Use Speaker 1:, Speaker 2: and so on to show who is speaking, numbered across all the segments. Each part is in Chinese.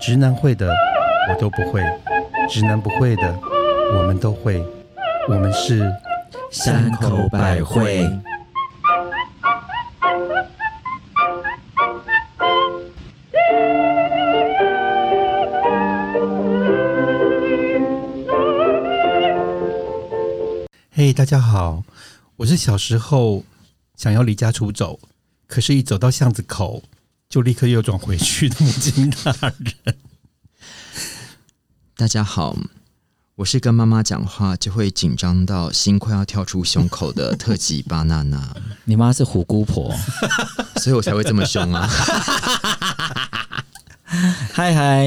Speaker 1: 直男会的我都不会，直男不会的我们都会，我们是
Speaker 2: 山口百惠。
Speaker 1: 嘿大家好，我是小时候想要离家出走，可是一走到巷子口就立刻右转回去的母亲大人。
Speaker 2: 大家好，我是跟妈妈讲话就会紧张到心快要跳出胸口的特级巴娜娜，
Speaker 3: 你妈是虎姑婆，
Speaker 2: 所以我才会这么凶啊！
Speaker 3: 嗨嗨，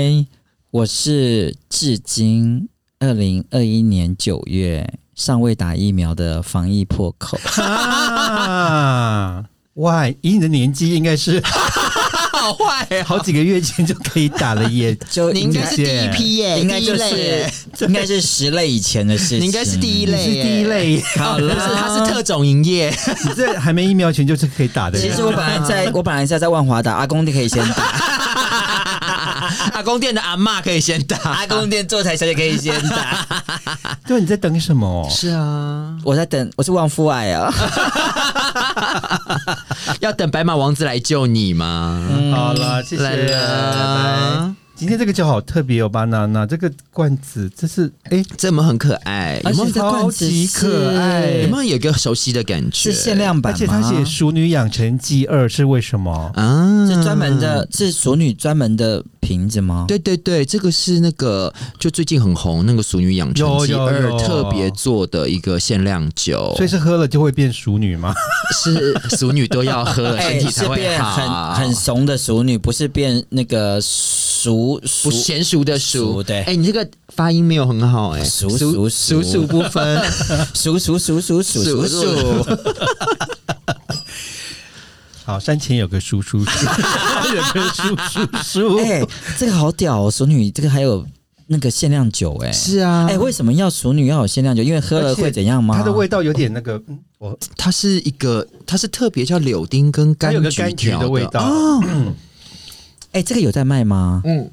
Speaker 3: 我是至今二零二一年九月尚未打疫苗的防疫破口。
Speaker 1: 啊， 哇！以你的年纪，应该是
Speaker 2: 好坏呀、
Speaker 1: 好哦几个月前就可以打了耶。
Speaker 3: 就
Speaker 2: 你应该是第一批耶、
Speaker 3: 应该就
Speaker 2: 第一类耶
Speaker 3: 是应该是十类以前的事情，
Speaker 2: 你应该是第一
Speaker 1: 你
Speaker 2: 类
Speaker 1: 是
Speaker 2: 耶，
Speaker 1: 第一类耶，
Speaker 2: 好了，不是，他是特种营业，
Speaker 1: 你 这还没疫苗前就是可以打的
Speaker 3: 其
Speaker 1: 人。
Speaker 3: 实我本来 在我本来是要在万华打，阿公店可以先打，
Speaker 2: 阿公店的阿嬷可以先打，
Speaker 3: 阿公店坐台小姐可以先打。
Speaker 1: 对，你在等什么？
Speaker 2: 是啊，
Speaker 3: 我在等，我是旺夫爱啊。
Speaker 2: 要等白马王子来救你吗？
Speaker 3: 嗯
Speaker 1: 好了，谢谢。
Speaker 2: 嗯来
Speaker 1: 拜拜
Speaker 2: 了，
Speaker 1: 今天这个就好特别哦，巴娜娜这个罐子，这是哎，
Speaker 2: 这么很可爱，有
Speaker 3: 而
Speaker 2: 没
Speaker 3: 且
Speaker 2: 有
Speaker 3: 这
Speaker 1: 超
Speaker 3: 罐子
Speaker 1: 级可爱
Speaker 3: 是
Speaker 2: 有没有有一个熟悉的感觉？
Speaker 3: 是限量版
Speaker 1: 而
Speaker 3: 吗？
Speaker 1: 且它写《熟女养成记二》是为什么？
Speaker 2: 啊，
Speaker 3: 是专门的，是熟女专门的瓶子吗？
Speaker 2: 对对对，这个是那个就最近很红那个《熟女养成记
Speaker 1: 有有
Speaker 2: 二
Speaker 1: 有》
Speaker 2: 特别做的一个限量酒，
Speaker 1: 所以是喝了就会变熟女吗？
Speaker 2: 是熟女都要喝了，身体才
Speaker 3: 哎是
Speaker 2: 会
Speaker 3: 变
Speaker 2: 好。
Speaker 3: 很很怂的熟女，不是变那个熟熟
Speaker 2: 不娴熟的熟，
Speaker 3: 熟对
Speaker 2: 哎，你这个发音没有很好哎，
Speaker 3: 熟
Speaker 2: 熟
Speaker 3: 熟
Speaker 2: 熟
Speaker 3: 熟
Speaker 2: 不分，
Speaker 3: 熟熟熟熟熟
Speaker 2: 熟
Speaker 3: 熟熟。
Speaker 2: 熟。
Speaker 1: 好，山前有个叔叔叔， 有个叔叔叔。
Speaker 3: 哎、这个好屌哦，熟女这个还有那个限量酒哎、
Speaker 2: 是啊，
Speaker 3: 哎、为什么要熟女要有限量酒？因为喝了会怎样吗？
Speaker 1: 它的味道有点那个，嗯，我
Speaker 2: 它是一个，它是特别叫柳丁跟
Speaker 1: 它有
Speaker 2: 柑
Speaker 1: 个
Speaker 2: 橘
Speaker 1: 柑橘
Speaker 2: 调哦
Speaker 1: 的味道。
Speaker 3: 哎、这个有在卖吗？
Speaker 2: 嗯，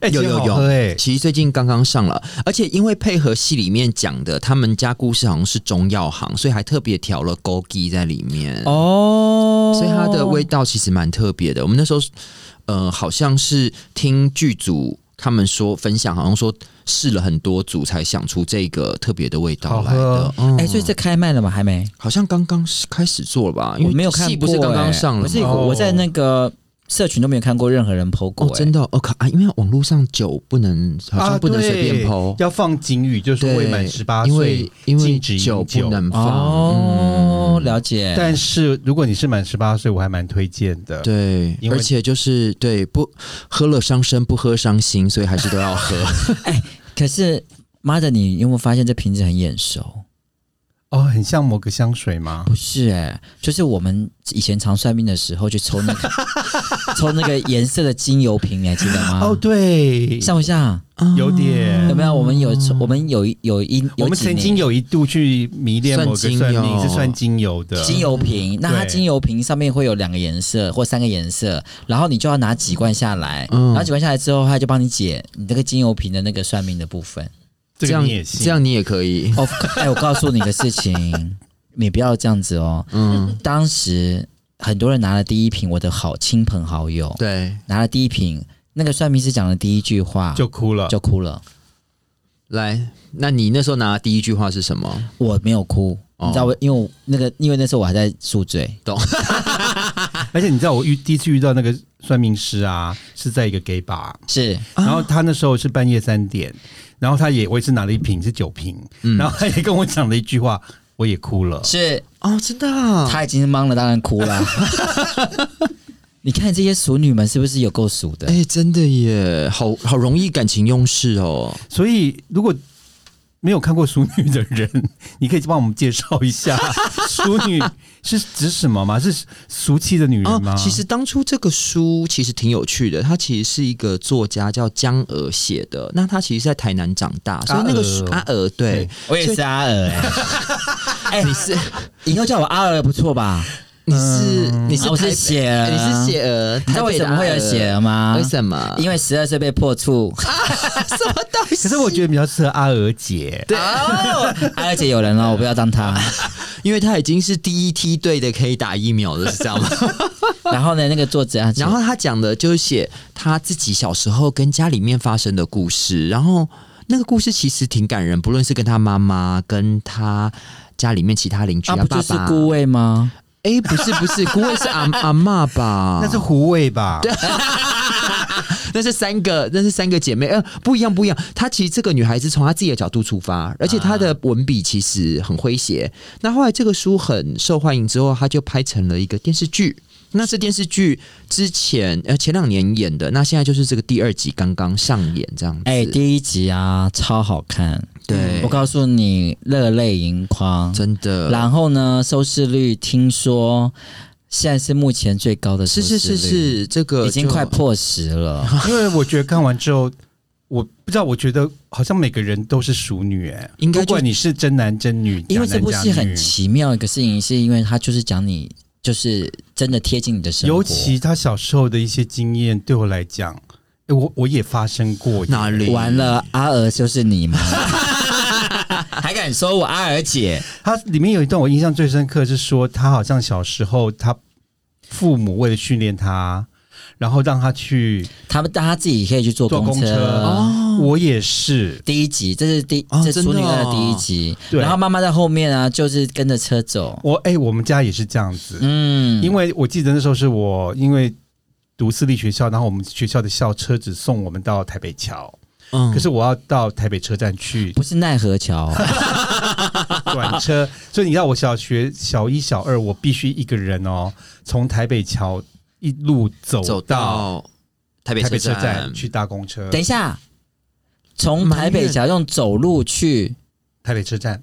Speaker 1: 哎，
Speaker 2: 有有
Speaker 1: 这个好喝
Speaker 2: 有
Speaker 1: 哎，
Speaker 2: 其实最近刚刚上了，而且因为配合戏里面讲的，他们家故事好像是中药行，所以还特别调了枸杞在里面，
Speaker 3: 哦，
Speaker 2: 所以它的味道其实蛮特别的。我们那时候，呃，好像是听剧组他们说分享，好像说试了很多组才想出这个特别的味道来
Speaker 1: 好
Speaker 2: 的
Speaker 1: 喝。
Speaker 2: 嗯
Speaker 3: 哎、所以这开卖了吗？还没，
Speaker 2: 好像刚刚开始做了吧？因
Speaker 3: 我
Speaker 2: 为
Speaker 3: 没有看过、
Speaker 2: 戏不是刚刚上了吗
Speaker 3: 不是
Speaker 1: 吗
Speaker 3: 哎我在那个社群都没有看过任何人 PO 过、
Speaker 1: 欸
Speaker 2: 哦，
Speaker 3: 哎
Speaker 2: 真的哦，哦可啊，因为网络上酒不能，好
Speaker 1: 啊
Speaker 2: 像不能随便
Speaker 1: 对
Speaker 2: 抛、
Speaker 1: 要放警语，就是
Speaker 2: 对，
Speaker 1: 未满十八
Speaker 2: 因
Speaker 1: 岁
Speaker 2: 为因为
Speaker 1: 禁止饮
Speaker 2: 酒不能
Speaker 3: 哎
Speaker 2: 放。
Speaker 3: 哦，了解。
Speaker 1: 但是如果你是满十八岁，我还蛮推荐的。
Speaker 2: 哎对
Speaker 1: 因，为
Speaker 2: 而且就是对不喝了伤身，不喝伤心，所以还是都要 喝。
Speaker 3: 可是妈的，你有没有发现这瓶子很眼熟？
Speaker 1: 哦，很像某个香水吗？
Speaker 3: 不是哎、就是我们以前常算命的时候去抽那个抽那个颜色的精油瓶，你还记得吗？
Speaker 1: 哦，，对，
Speaker 3: 像不像？
Speaker 2: 啊
Speaker 1: 有点
Speaker 3: 有没有？我们有抽我们有有一有
Speaker 1: 我们
Speaker 3: 几年
Speaker 1: 曾经有一度去迷恋某个
Speaker 2: 算
Speaker 1: 算
Speaker 2: 精
Speaker 1: 命，
Speaker 2: 油
Speaker 1: 是算精油的。
Speaker 3: 精油瓶，那它
Speaker 1: 对
Speaker 3: 精油瓶上面会有两个颜色或三个颜色，然后你就要拿几罐下来，
Speaker 2: 嗯
Speaker 3: 拿几罐下来之后，它就帮你解你那个精油瓶的那个算命的部分。
Speaker 1: 这
Speaker 2: 这
Speaker 1: 个
Speaker 2: 样
Speaker 1: 你也信？
Speaker 2: 这样你也可 以。
Speaker 3: 哦，哎，我告诉你个事情，你不要这样子哦。
Speaker 2: 嗯，
Speaker 3: 当时很多人拿了第一瓶，我的好亲朋好友
Speaker 2: 对，
Speaker 3: 拿了第一瓶，那个算命师讲的第一句话
Speaker 1: 就哭了。
Speaker 3: 就哭了，
Speaker 2: 来，那你那时候拿的第一句话是什么？
Speaker 3: 我没有哭，
Speaker 2: 哦
Speaker 3: 你知道我因为我那个因为那时候我还在宿醉，
Speaker 1: 而且你知道，我遇第一次遇到那个算命师啊，是在一个 gay bar，
Speaker 3: 是
Speaker 2: 啊
Speaker 1: 然后他那时候是半夜三点，然后他也我也是拿了一瓶是酒瓶，
Speaker 3: 嗯
Speaker 1: 然后他也跟我讲了一句话，我也哭了。
Speaker 3: 是，
Speaker 2: 哦，真的、啊，
Speaker 3: 他已经懵了，当然哭了。你看这些熟女们是不是有够熟的？
Speaker 2: 哎、真的耶，好好容易感情用事哦。
Speaker 1: 所以如果没有看过《淑女》的人，你可以帮我们介绍一下《淑女》是指什么吗？是俗气的女人
Speaker 3: 哦
Speaker 1: 吗？
Speaker 2: 哦其实当初这个书其实挺有趣的，它其实是一个作家叫江娥写的。那他其实，在台南长大，所以那个书
Speaker 1: 阿
Speaker 2: 阿娥
Speaker 1: 哦
Speaker 2: 对
Speaker 1: 对，
Speaker 2: 欸
Speaker 3: 我也是阿尔、哎、你是以后叫我阿尔不错吧？
Speaker 2: 你是、
Speaker 1: 嗯
Speaker 2: 你是
Speaker 3: 啊我是
Speaker 2: 台北
Speaker 3: 血儿
Speaker 2: 你是呃血儿，
Speaker 3: 你知道为什么会有血儿吗？
Speaker 2: 为什么？
Speaker 3: 因为十二岁被破处， 啊
Speaker 2: 什么东西？
Speaker 1: 可是我觉得比较适合阿娥姐，
Speaker 2: 对，
Speaker 3: 而且有人了，我不要当他。
Speaker 2: 因为他已经是第一梯队的可以打疫苗了，是这样吗？
Speaker 3: 然后呢，那个作者啊，
Speaker 2: 然后他讲的就是写他自己小时候跟家里面发生的故事，然后那个故事其实挺感人，不论是跟他妈妈、跟他家里面其他邻居、
Speaker 3: 啊，
Speaker 2: 他
Speaker 3: 不
Speaker 2: 爸
Speaker 3: 就是
Speaker 2: 爸，
Speaker 3: 孤位吗？
Speaker 2: 哎、不是不是，姑位是阿阿嬷 吧？
Speaker 1: 那是胡魏吧？对，
Speaker 2: 那是三个，那是三个姐妹，呃，不一样，不一样。她其实这个女孩子从她自己的角度出发，而且她的文笔其实很诙谐。那后来这个书很受欢迎之后，她就拍成了一个电视剧。那这电视剧之前呃前两年演的，那现在就是这个第二集刚刚上演这样子。
Speaker 3: 哎，第一集啊，超好看，
Speaker 2: 对
Speaker 3: 我告诉你，热泪盈眶。
Speaker 2: 真的
Speaker 3: 然后呢，收视率听说现在是目前最高的收
Speaker 2: 是
Speaker 3: 视
Speaker 2: 是
Speaker 3: 率，
Speaker 2: 是是，这个
Speaker 3: 已经
Speaker 2: 就
Speaker 3: 快破十了。
Speaker 1: 因为我觉得看完之后，我不知道，我觉得好像每个人都是熟女、哎，
Speaker 2: 应该
Speaker 1: 不
Speaker 2: 就
Speaker 1: 管你是真男真女，
Speaker 3: 因为
Speaker 1: 假
Speaker 3: 这
Speaker 1: 男
Speaker 3: 部
Speaker 1: 假
Speaker 3: 戏很
Speaker 1: 女
Speaker 3: 奇妙，一个事情是因为它就是讲你，就是真的贴近你的生活。
Speaker 1: 尤其他小时候的一些经验，对我来讲，诶我我也发生过耶
Speaker 2: 哪里
Speaker 3: 完了，阿娥就是 你吗？还敢说我阿娥姐？
Speaker 1: 他里面有一段我印象最深刻是说，他好像小时候他父母为了训练他，然后让他去
Speaker 3: 他们大家自己可以去坐
Speaker 1: 坐公车。我也是，
Speaker 3: 第一集，这是第、
Speaker 2: 哦
Speaker 3: 这是《淑女
Speaker 2: 真的
Speaker 3: 二》
Speaker 2: 哦
Speaker 3: 的第一集，
Speaker 1: 对
Speaker 3: 然后妈妈在后面啊，就是跟着车走。
Speaker 1: 我哎、我们家也是这样子，
Speaker 3: 嗯，
Speaker 1: 因为我记得那时候是我因为读私立学校，然后我们学校的校车只送我们到台北桥，
Speaker 2: 嗯
Speaker 1: 可是我要到台北车站去
Speaker 3: 不是奈 何桥，啊
Speaker 1: 转车，所以你知道我小学小一、小二，我必须一个人哦，从台北桥一路走
Speaker 2: 走
Speaker 1: 到
Speaker 2: 到台北
Speaker 1: 台北
Speaker 2: 车
Speaker 1: 车站
Speaker 2: 站
Speaker 1: 去搭公车
Speaker 3: 等，一下，从台北桥用走路去，
Speaker 1: 台北车站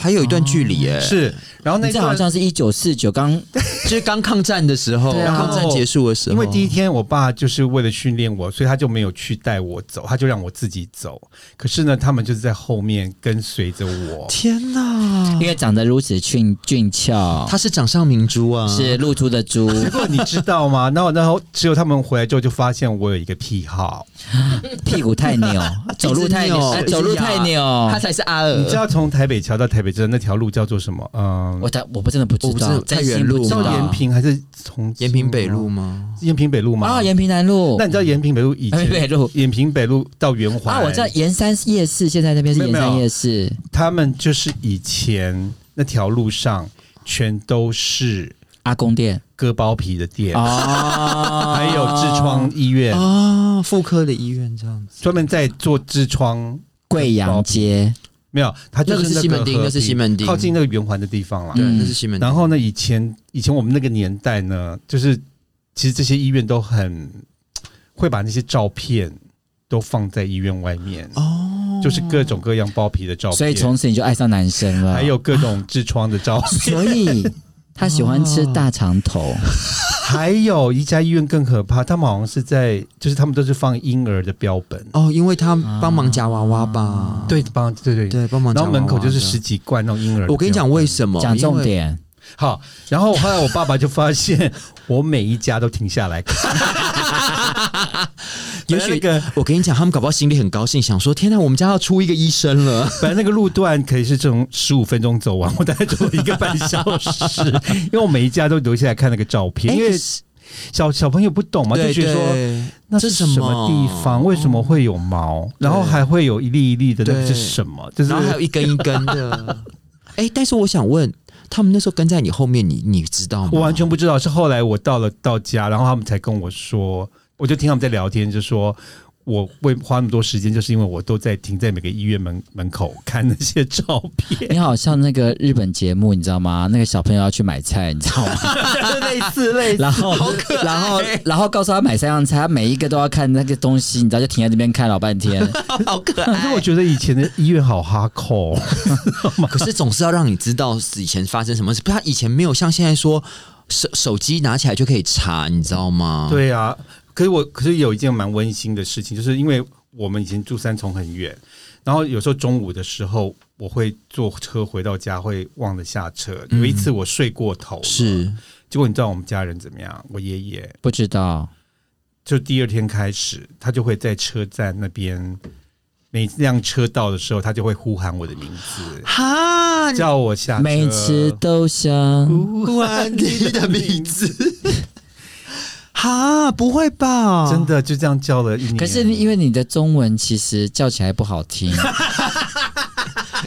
Speaker 2: 还有一段距离耶、
Speaker 1: 哦是，然后那
Speaker 3: 你这好
Speaker 1: 段
Speaker 3: 像是一哦九四九刚
Speaker 2: 就是刚抗战的时候，
Speaker 3: 对
Speaker 2: 刚
Speaker 3: 啊
Speaker 2: 抗战结束的时候，
Speaker 1: 因为第一天我爸就是为了训练我，所以他就没有去带我走，他就让我自己走。可是呢，他们就是在后面跟随着我。
Speaker 2: 天哪
Speaker 3: 因，为长得如此俊俊俏，
Speaker 2: 他是掌上明珠啊，
Speaker 3: 是露出的猪，
Speaker 1: 结果你知道吗？ 然后，然后只有他们回来之后就发现我有一个癖好，
Speaker 3: 屁股太扭，走路太
Speaker 2: 一直扭
Speaker 3: 扭，哎走路太
Speaker 2: 一直
Speaker 3: 扭。
Speaker 2: 他才是阿尔。
Speaker 1: 你知道从台北桥到台北站那条路叫做什么？嗯，
Speaker 3: 我他我不真的不知
Speaker 2: 我不知道
Speaker 3: 道，
Speaker 2: 太
Speaker 3: 真心
Speaker 2: 远路
Speaker 3: 不知
Speaker 1: 到
Speaker 2: 了
Speaker 3: 道啊
Speaker 1: 延平还是从
Speaker 2: 延平北路？吗？
Speaker 1: 延平北路吗？
Speaker 3: 啊，延平南路。
Speaker 1: 那你知道延平北路以前
Speaker 3: 延平北路
Speaker 1: 延平北路到圆环
Speaker 3: 啊，我知道盐山夜市，现在那边是
Speaker 1: 没有
Speaker 3: 盐
Speaker 1: 没
Speaker 3: 山
Speaker 1: 有
Speaker 3: 夜市，
Speaker 1: 他们就是以前那条路上全都是
Speaker 3: 阿公 店
Speaker 1: 割包皮的店，
Speaker 3: 啊哦，
Speaker 1: 还有痔疮医院，
Speaker 2: 啊，妇科的医院这样子。
Speaker 1: 专门在做痔疮。
Speaker 3: 贵阳街，
Speaker 1: 没有，他就
Speaker 2: 那个
Speaker 1: 是
Speaker 2: 是
Speaker 1: 那
Speaker 2: 西门町
Speaker 1: 和
Speaker 2: 那是西门町
Speaker 1: 靠近那个圆环的地方啦。
Speaker 2: 对，
Speaker 3: 嗯
Speaker 2: 那是西门。
Speaker 1: 然后呢，以前以前我们那个年代呢，就是其实这些医院都很会把那些照片都放在医院外面，
Speaker 2: 哦，
Speaker 1: 就是各种各样包皮的照片，
Speaker 3: 所以从此你就爱上男生
Speaker 2: 啊
Speaker 3: 了。
Speaker 1: 哦还有，各种痔疮的照片。
Speaker 3: 所以他喜欢吃大肠头，
Speaker 1: 还有一家医院更可怕，他们好像是在，就是他们都是放婴儿的标本，
Speaker 2: 哦，因为他帮忙夹娃娃吧？
Speaker 1: 对，帮对对
Speaker 2: 对，帮忙夹
Speaker 1: 然后
Speaker 2: 娃娃。
Speaker 1: 门口就是十。几罐那种婴儿的标本。
Speaker 2: 我跟你讲为什么？
Speaker 3: 讲重
Speaker 2: 因为。
Speaker 3: 点。
Speaker 1: 好，然后后来我爸爸就发现，我每一家都停下来看，
Speaker 2: 也
Speaker 1: 也许那
Speaker 2: 许
Speaker 1: 个
Speaker 2: 我跟你讲，他们搞不好心里很高兴，想说：天哪，我们家要出一个医生了。
Speaker 1: 本来那个路段可以是这种十五分钟走完，我大概走了一个半小时，因为我每一家都留下来看那个照片，因为小小朋友不懂嘛，就
Speaker 2: 哎对
Speaker 1: 觉得说
Speaker 2: 对，
Speaker 1: 那
Speaker 2: 这
Speaker 1: 是
Speaker 2: 是什
Speaker 1: 什
Speaker 2: 么嗯
Speaker 1: 么地方，为什么会有毛，然后还会有一粒一粒的，那个是什么？就是
Speaker 2: 然后还有一根一根的。哎，但是我想问，他们那时候跟在你后面，你你知道吗？
Speaker 1: 我完全不知道，是后来我到了到家，然后他们才跟我说，我就听他们在聊天，就说。我会花那么多时间，就是因为我都在停在每个医院门门口看那些照 片，
Speaker 3: 你好像那个日本节目，你知道吗？那个小朋友要去买菜，你知道吗？
Speaker 1: 类似类似。
Speaker 3: 然后，然后，哦然后告诉他买三样菜，他每一个都要看那个东西，你知道，就停在那边看老半 天。
Speaker 2: 好可
Speaker 1: 可是我觉得以前的医院好哈扣，哦
Speaker 2: 可是总是要让你知道是以前发生什么事，不，他以前没有像现在说手手机拿起来就可以查，你知道吗？，
Speaker 1: 对啊，可是我可是有一件蛮温馨的事情，就是因为我们以前住三重很远，然后有时候中午的时候我会坐车回到家，会忘了下车。有一次我睡过头，
Speaker 2: 是
Speaker 1: 结果你知道我们家人怎么样？我爷爷
Speaker 3: 不知道
Speaker 1: 就第二天开始，他就会在车站那边，每辆车到的时候，他就会呼喊我的名 字，
Speaker 2: 哈，
Speaker 1: 叫我下车。
Speaker 3: 每次都想
Speaker 2: 呼喊你的名 字， 哈，不会吧？
Speaker 1: 真的就这样叫了一年。
Speaker 3: 哦可是因为你的中文其实叫起来不 好听，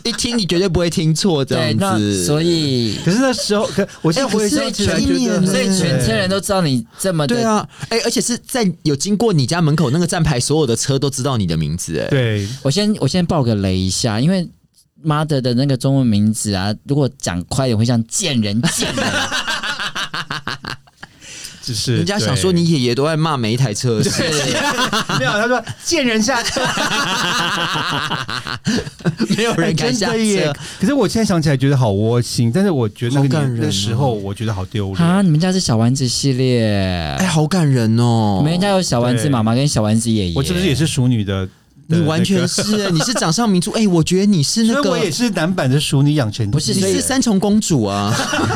Speaker 2: 一听你绝对不会听错这
Speaker 3: 对，
Speaker 2: 样
Speaker 3: 那
Speaker 2: 子，
Speaker 3: 所以
Speaker 1: 可是那时候，可我现在
Speaker 2: 哎可
Speaker 1: 回
Speaker 2: 是
Speaker 1: 想起来
Speaker 2: 一
Speaker 1: 觉
Speaker 2: 年
Speaker 1: 得，
Speaker 2: 呢
Speaker 3: 所以全车人都知道你这么
Speaker 2: 对
Speaker 3: 的
Speaker 2: 啊，哎、而且是在有经过你家门口那个站牌，所有的车都知道你的名字、哎，
Speaker 1: 对
Speaker 3: 我先我先爆个雷一下，因为 mother 的那个中文名字啊，如果讲快点会像贱人贱人，
Speaker 1: 就是
Speaker 2: 人家想说你爷爷都在骂每一台车，是
Speaker 1: 对没有，他说贱人下车，
Speaker 2: 没有人敢
Speaker 1: 真
Speaker 2: 下
Speaker 1: 的
Speaker 2: 车
Speaker 1: 耶。。可是我现在想起来觉得好窝心，但是我觉得那个
Speaker 2: 好
Speaker 1: 年
Speaker 2: 感人哦
Speaker 1: 那时候我觉得好丢
Speaker 3: 啊，
Speaker 1: 脸。
Speaker 3: 你们家是小丸子系列
Speaker 2: 哎、，好感人哦！
Speaker 3: 你们家有小丸子妈妈跟小丸子爷爷，
Speaker 1: 我是不是也是熟女的？的
Speaker 2: 你完
Speaker 1: 那
Speaker 2: 全
Speaker 1: 个
Speaker 2: 是、哎你是掌上明珠。哎、我觉得你是那
Speaker 1: 所以我
Speaker 2: 个
Speaker 1: 也，是男版的熟女养成记，
Speaker 3: 不是
Speaker 2: 你
Speaker 3: 所以
Speaker 2: 是三重公主啊！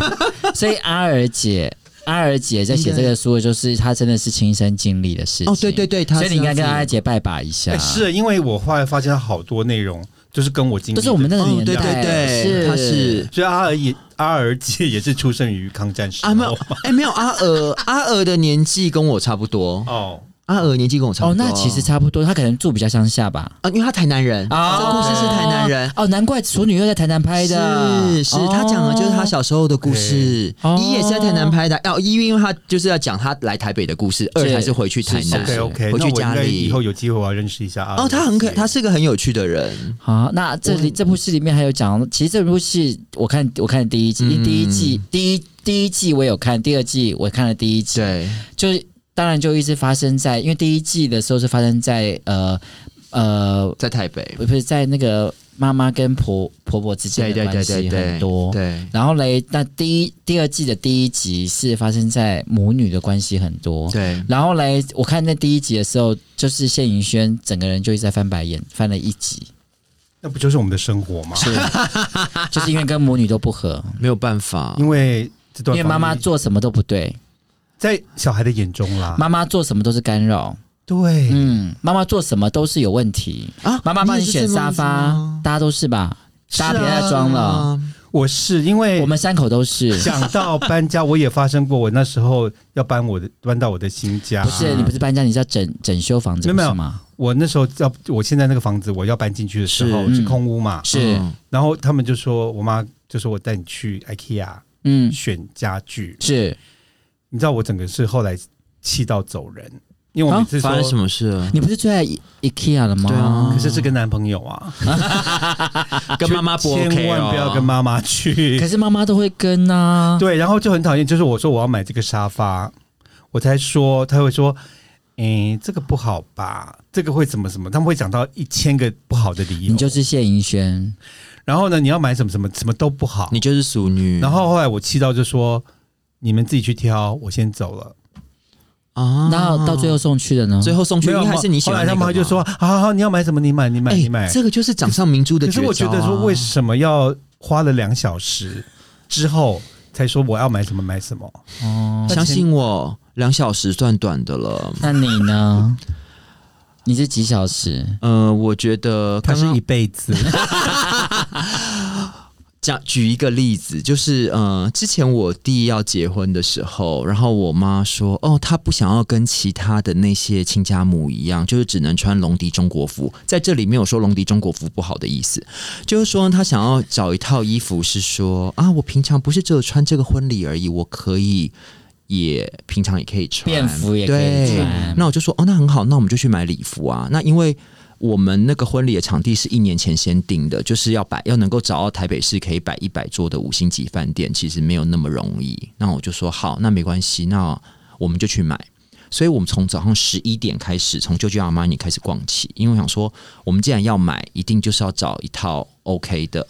Speaker 3: 所以阿尔姐，阿尔姐在写这个书，就是她真的是亲身经历的事情。
Speaker 2: 哦，对对，对，她
Speaker 3: 所以你应该
Speaker 2: 这
Speaker 3: 跟
Speaker 2: 样
Speaker 3: 阿
Speaker 2: 子
Speaker 3: 尔姐拜把一下。
Speaker 1: 哎是因为我后来发现了好多内容，就是跟我经历的，
Speaker 3: 都是我们那
Speaker 1: 嗯
Speaker 3: 个
Speaker 2: 哦，
Speaker 3: 年
Speaker 2: 对
Speaker 3: 代，
Speaker 2: 对对，
Speaker 3: 是
Speaker 2: 她是。
Speaker 1: 所以阿尔也阿尔姐也是出生于抗战时
Speaker 2: 啊没有
Speaker 1: 候，
Speaker 2: 哎、没有阿娥，阿娥的年纪跟我差不多，
Speaker 1: 哦，
Speaker 2: 阿娥年纪跟我差
Speaker 3: 哦
Speaker 2: 不，多。
Speaker 3: 那其实差不多，她可能住比较乡下吧。
Speaker 2: 啊，因为她台南人，
Speaker 3: 哦
Speaker 2: 这故事是台南人，
Speaker 3: 哦，难怪《处女》又在台南拍的，
Speaker 2: 是是，他讲的就是他小时候的故事。
Speaker 3: 哦
Speaker 2: 一也是在台南拍的，哦，一因为他就是要讲他来台北的故事，二才是回去台南
Speaker 1: OK OK，
Speaker 2: 回
Speaker 1: 那
Speaker 2: 去
Speaker 1: 我应
Speaker 2: 家
Speaker 1: 该以
Speaker 2: 里。
Speaker 1: 后有机会我要认识一下阿尔姐。
Speaker 2: 哦，他很可，他是个很有趣的人。
Speaker 3: 好，那这里这部戏里面还有讲，其实这部戏我看我看第一季，
Speaker 2: 嗯
Speaker 3: 因为第一季第一第一季我有看，第二季我看了第一季，
Speaker 2: 对，
Speaker 3: 就是当然就一直发生在，因为第一季的时候是发生在呃呃，
Speaker 2: 在台北，
Speaker 3: 不是在那个妈妈跟婆婆婆之间
Speaker 2: 对对
Speaker 3: 的关
Speaker 2: 对
Speaker 3: 系
Speaker 2: 对对，
Speaker 3: 很多。
Speaker 2: 对
Speaker 3: 然后嘞，那第一第二季的第一集是发生在母女的关系很多。
Speaker 2: 对
Speaker 3: 然后嘞，我看那第一集的时候，就是谢盈萱整个人就一直在翻白眼，翻了一集，
Speaker 1: 那不就是我们的生活吗？
Speaker 3: 是， 就是因为跟母女都不合，
Speaker 2: 没有办法。
Speaker 1: 因为这
Speaker 3: 因
Speaker 1: 段
Speaker 3: 为妈妈
Speaker 1: 防疫
Speaker 3: 做什么都不对，
Speaker 1: 在小孩的眼中啦，
Speaker 3: 妈妈做什么都是干扰，
Speaker 1: 对，
Speaker 3: 嗯，妈妈做什么都是有问题，
Speaker 2: 啊
Speaker 3: 妈妈帮你选沙
Speaker 2: 哎
Speaker 3: 发，，大家都是吧？大家别再装了，
Speaker 2: 啊
Speaker 1: 我是因为
Speaker 3: 我们三口 都是，
Speaker 1: 讲到搬家，我也发生过，我那时候要搬我的搬到我的新家，
Speaker 3: 不是你不是搬家，你是要整整修房子，
Speaker 1: 啊没有没有
Speaker 3: 不是吗？
Speaker 1: 我那时候要我现在那个房子我要搬进去的时候
Speaker 3: 是
Speaker 1: 是
Speaker 3: 嗯
Speaker 1: 空屋嘛，
Speaker 3: 是，
Speaker 1: 然后他们就说我妈就说我带你去 IKEA
Speaker 3: 嗯，
Speaker 1: 选家具，
Speaker 3: 是
Speaker 1: 你知道我整个是后来气到走人，因
Speaker 3: 啊
Speaker 1: 为我每次说
Speaker 2: 发生什么事了？
Speaker 3: 你不是最爱 I- IKEA 了吗？
Speaker 2: 对啊
Speaker 1: 可是是跟男朋友啊，
Speaker 2: 跟妈妈不 OK 哦
Speaker 1: 千万不要跟妈妈去
Speaker 3: 可。是妈妈都会跟
Speaker 2: 哦
Speaker 3: 啊。
Speaker 1: 对，然后就很讨厌，就是我说我要买这个沙发，我才说他会说，诶、这个不好吧，这个会怎么什么，他们会讲到一千个不好的理由
Speaker 3: 你。就是谢盈萱，
Speaker 1: 然后呢，你要买什么什么什么都不好
Speaker 2: 你。就是淑女。
Speaker 1: 然后后来我气到就说，你们自己去挑，我先走了。
Speaker 2: 啊
Speaker 3: 那到最后送去的呢？
Speaker 2: 最后送去，
Speaker 1: 没有
Speaker 2: 因为还是你喜
Speaker 1: 后
Speaker 2: 欢
Speaker 1: 来
Speaker 2: 那
Speaker 1: 他
Speaker 2: 个
Speaker 1: 们
Speaker 2: 嘛
Speaker 1: 就说，好好好，你要买什么你买你买
Speaker 2: 哎
Speaker 1: 你买。
Speaker 2: 这个就是掌上明珠的
Speaker 1: 可
Speaker 2: 绝
Speaker 1: 是
Speaker 2: 招啊。
Speaker 1: 我觉得说，为什么要花了两小时之后才说我要买什么买什么？
Speaker 3: 哦，
Speaker 2: 相信我，两小时算短的了。
Speaker 3: 那你呢？你是几小时？
Speaker 2: 呃，我觉得
Speaker 1: 它
Speaker 2: 刚
Speaker 1: 是一
Speaker 2: 刚
Speaker 1: 辈子。
Speaker 2: 讲举一个例子，就是呃，之前我弟要结婚的时候，然后我妈说，哦，她不想要跟其他的那些亲家母一样，就是只能穿龙迪中国服。在这里没有说龙迪中国服不好的意思，就是说她想要找一套衣服，是说啊，我平常不是只有穿这个婚礼而已，我可以。也平常也可以穿
Speaker 3: 便服也可以
Speaker 2: 对
Speaker 3: 穿
Speaker 2: 那我就说哦，那很好，那我们就去买礼服啊。那因为我们那个婚礼的场地是一年前先定的，就是要摆要能够找到台北市可以摆一百桌的五星级饭店，其实没有那么容易。那我就说好，那没关系，那我们就去买。所以我们从早上十一点开始，从 JoJo Armani 开始逛起，因为我想说，我们既然要买，一定就是要找一套 OK 的。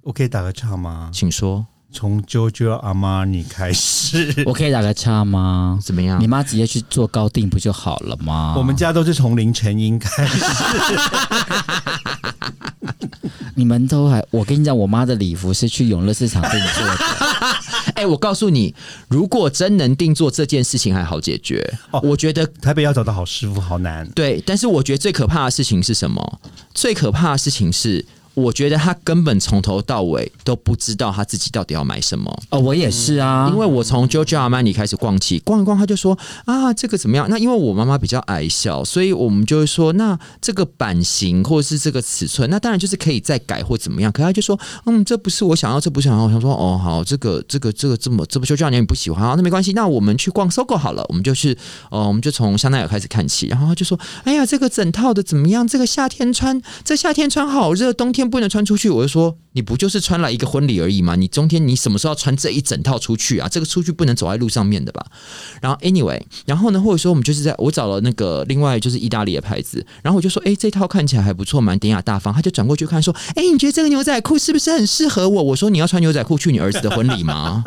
Speaker 1: 我可以打个岔吗？
Speaker 2: 请说
Speaker 1: 从 JoJo Armani 开始，
Speaker 3: 我可以打个岔吗？
Speaker 2: 怎么样
Speaker 3: 你？妈直接去做高定不就好了吗？
Speaker 1: 我们家都是从凌晨应开始。
Speaker 3: 你们都还，我跟你讲，我妈的礼服是去永乐市场定做的。哎、
Speaker 2: 哎，我告诉你，如果真能定做这件事情，还好解决。
Speaker 1: 哦
Speaker 2: 我觉得
Speaker 1: 台北要找到好师傅好难。
Speaker 2: 对，但是我觉得最可怕的事情是什么？最可怕的事情是，我觉得他根本从头到尾都不知道他自己到底要买什么。
Speaker 3: 哦，我也是啊，
Speaker 2: 因为我从 JoJo Armani 开始逛起，逛一逛，他就说啊，这个怎么样？那因为我妈妈比较矮小，所以我们就会说，那这个版型或者是这个尺寸，那当然就是可以再改或怎么样。可他就说，嗯，这不是我想要，这不是我想要。我想说，哦，好，这个这个这个这么这不 JoJo Armani 不喜欢，好那没关系，那我们去逛搜狗好了，我们就去，呃，我们就从香奈儿开始看起，然后他就说，哎呀，这个整套的怎么样？这个夏天穿，这夏天穿好热，冬天不能穿出去。我就说，你不就是穿来一个婚礼而已吗？你中天你什么时候要穿这一整套出去啊？这个出去不能走在路上面的吧？然后 anyway，然后呢，或者说我们就是在我找了那个另外就是意大利的牌子，然后我就说，哎、这套看起来还不错，蛮典雅大方。他就转过去看说，哎、你觉得这个牛仔裤是不是很适合我？我说你要穿牛仔裤去你儿子的婚礼吗？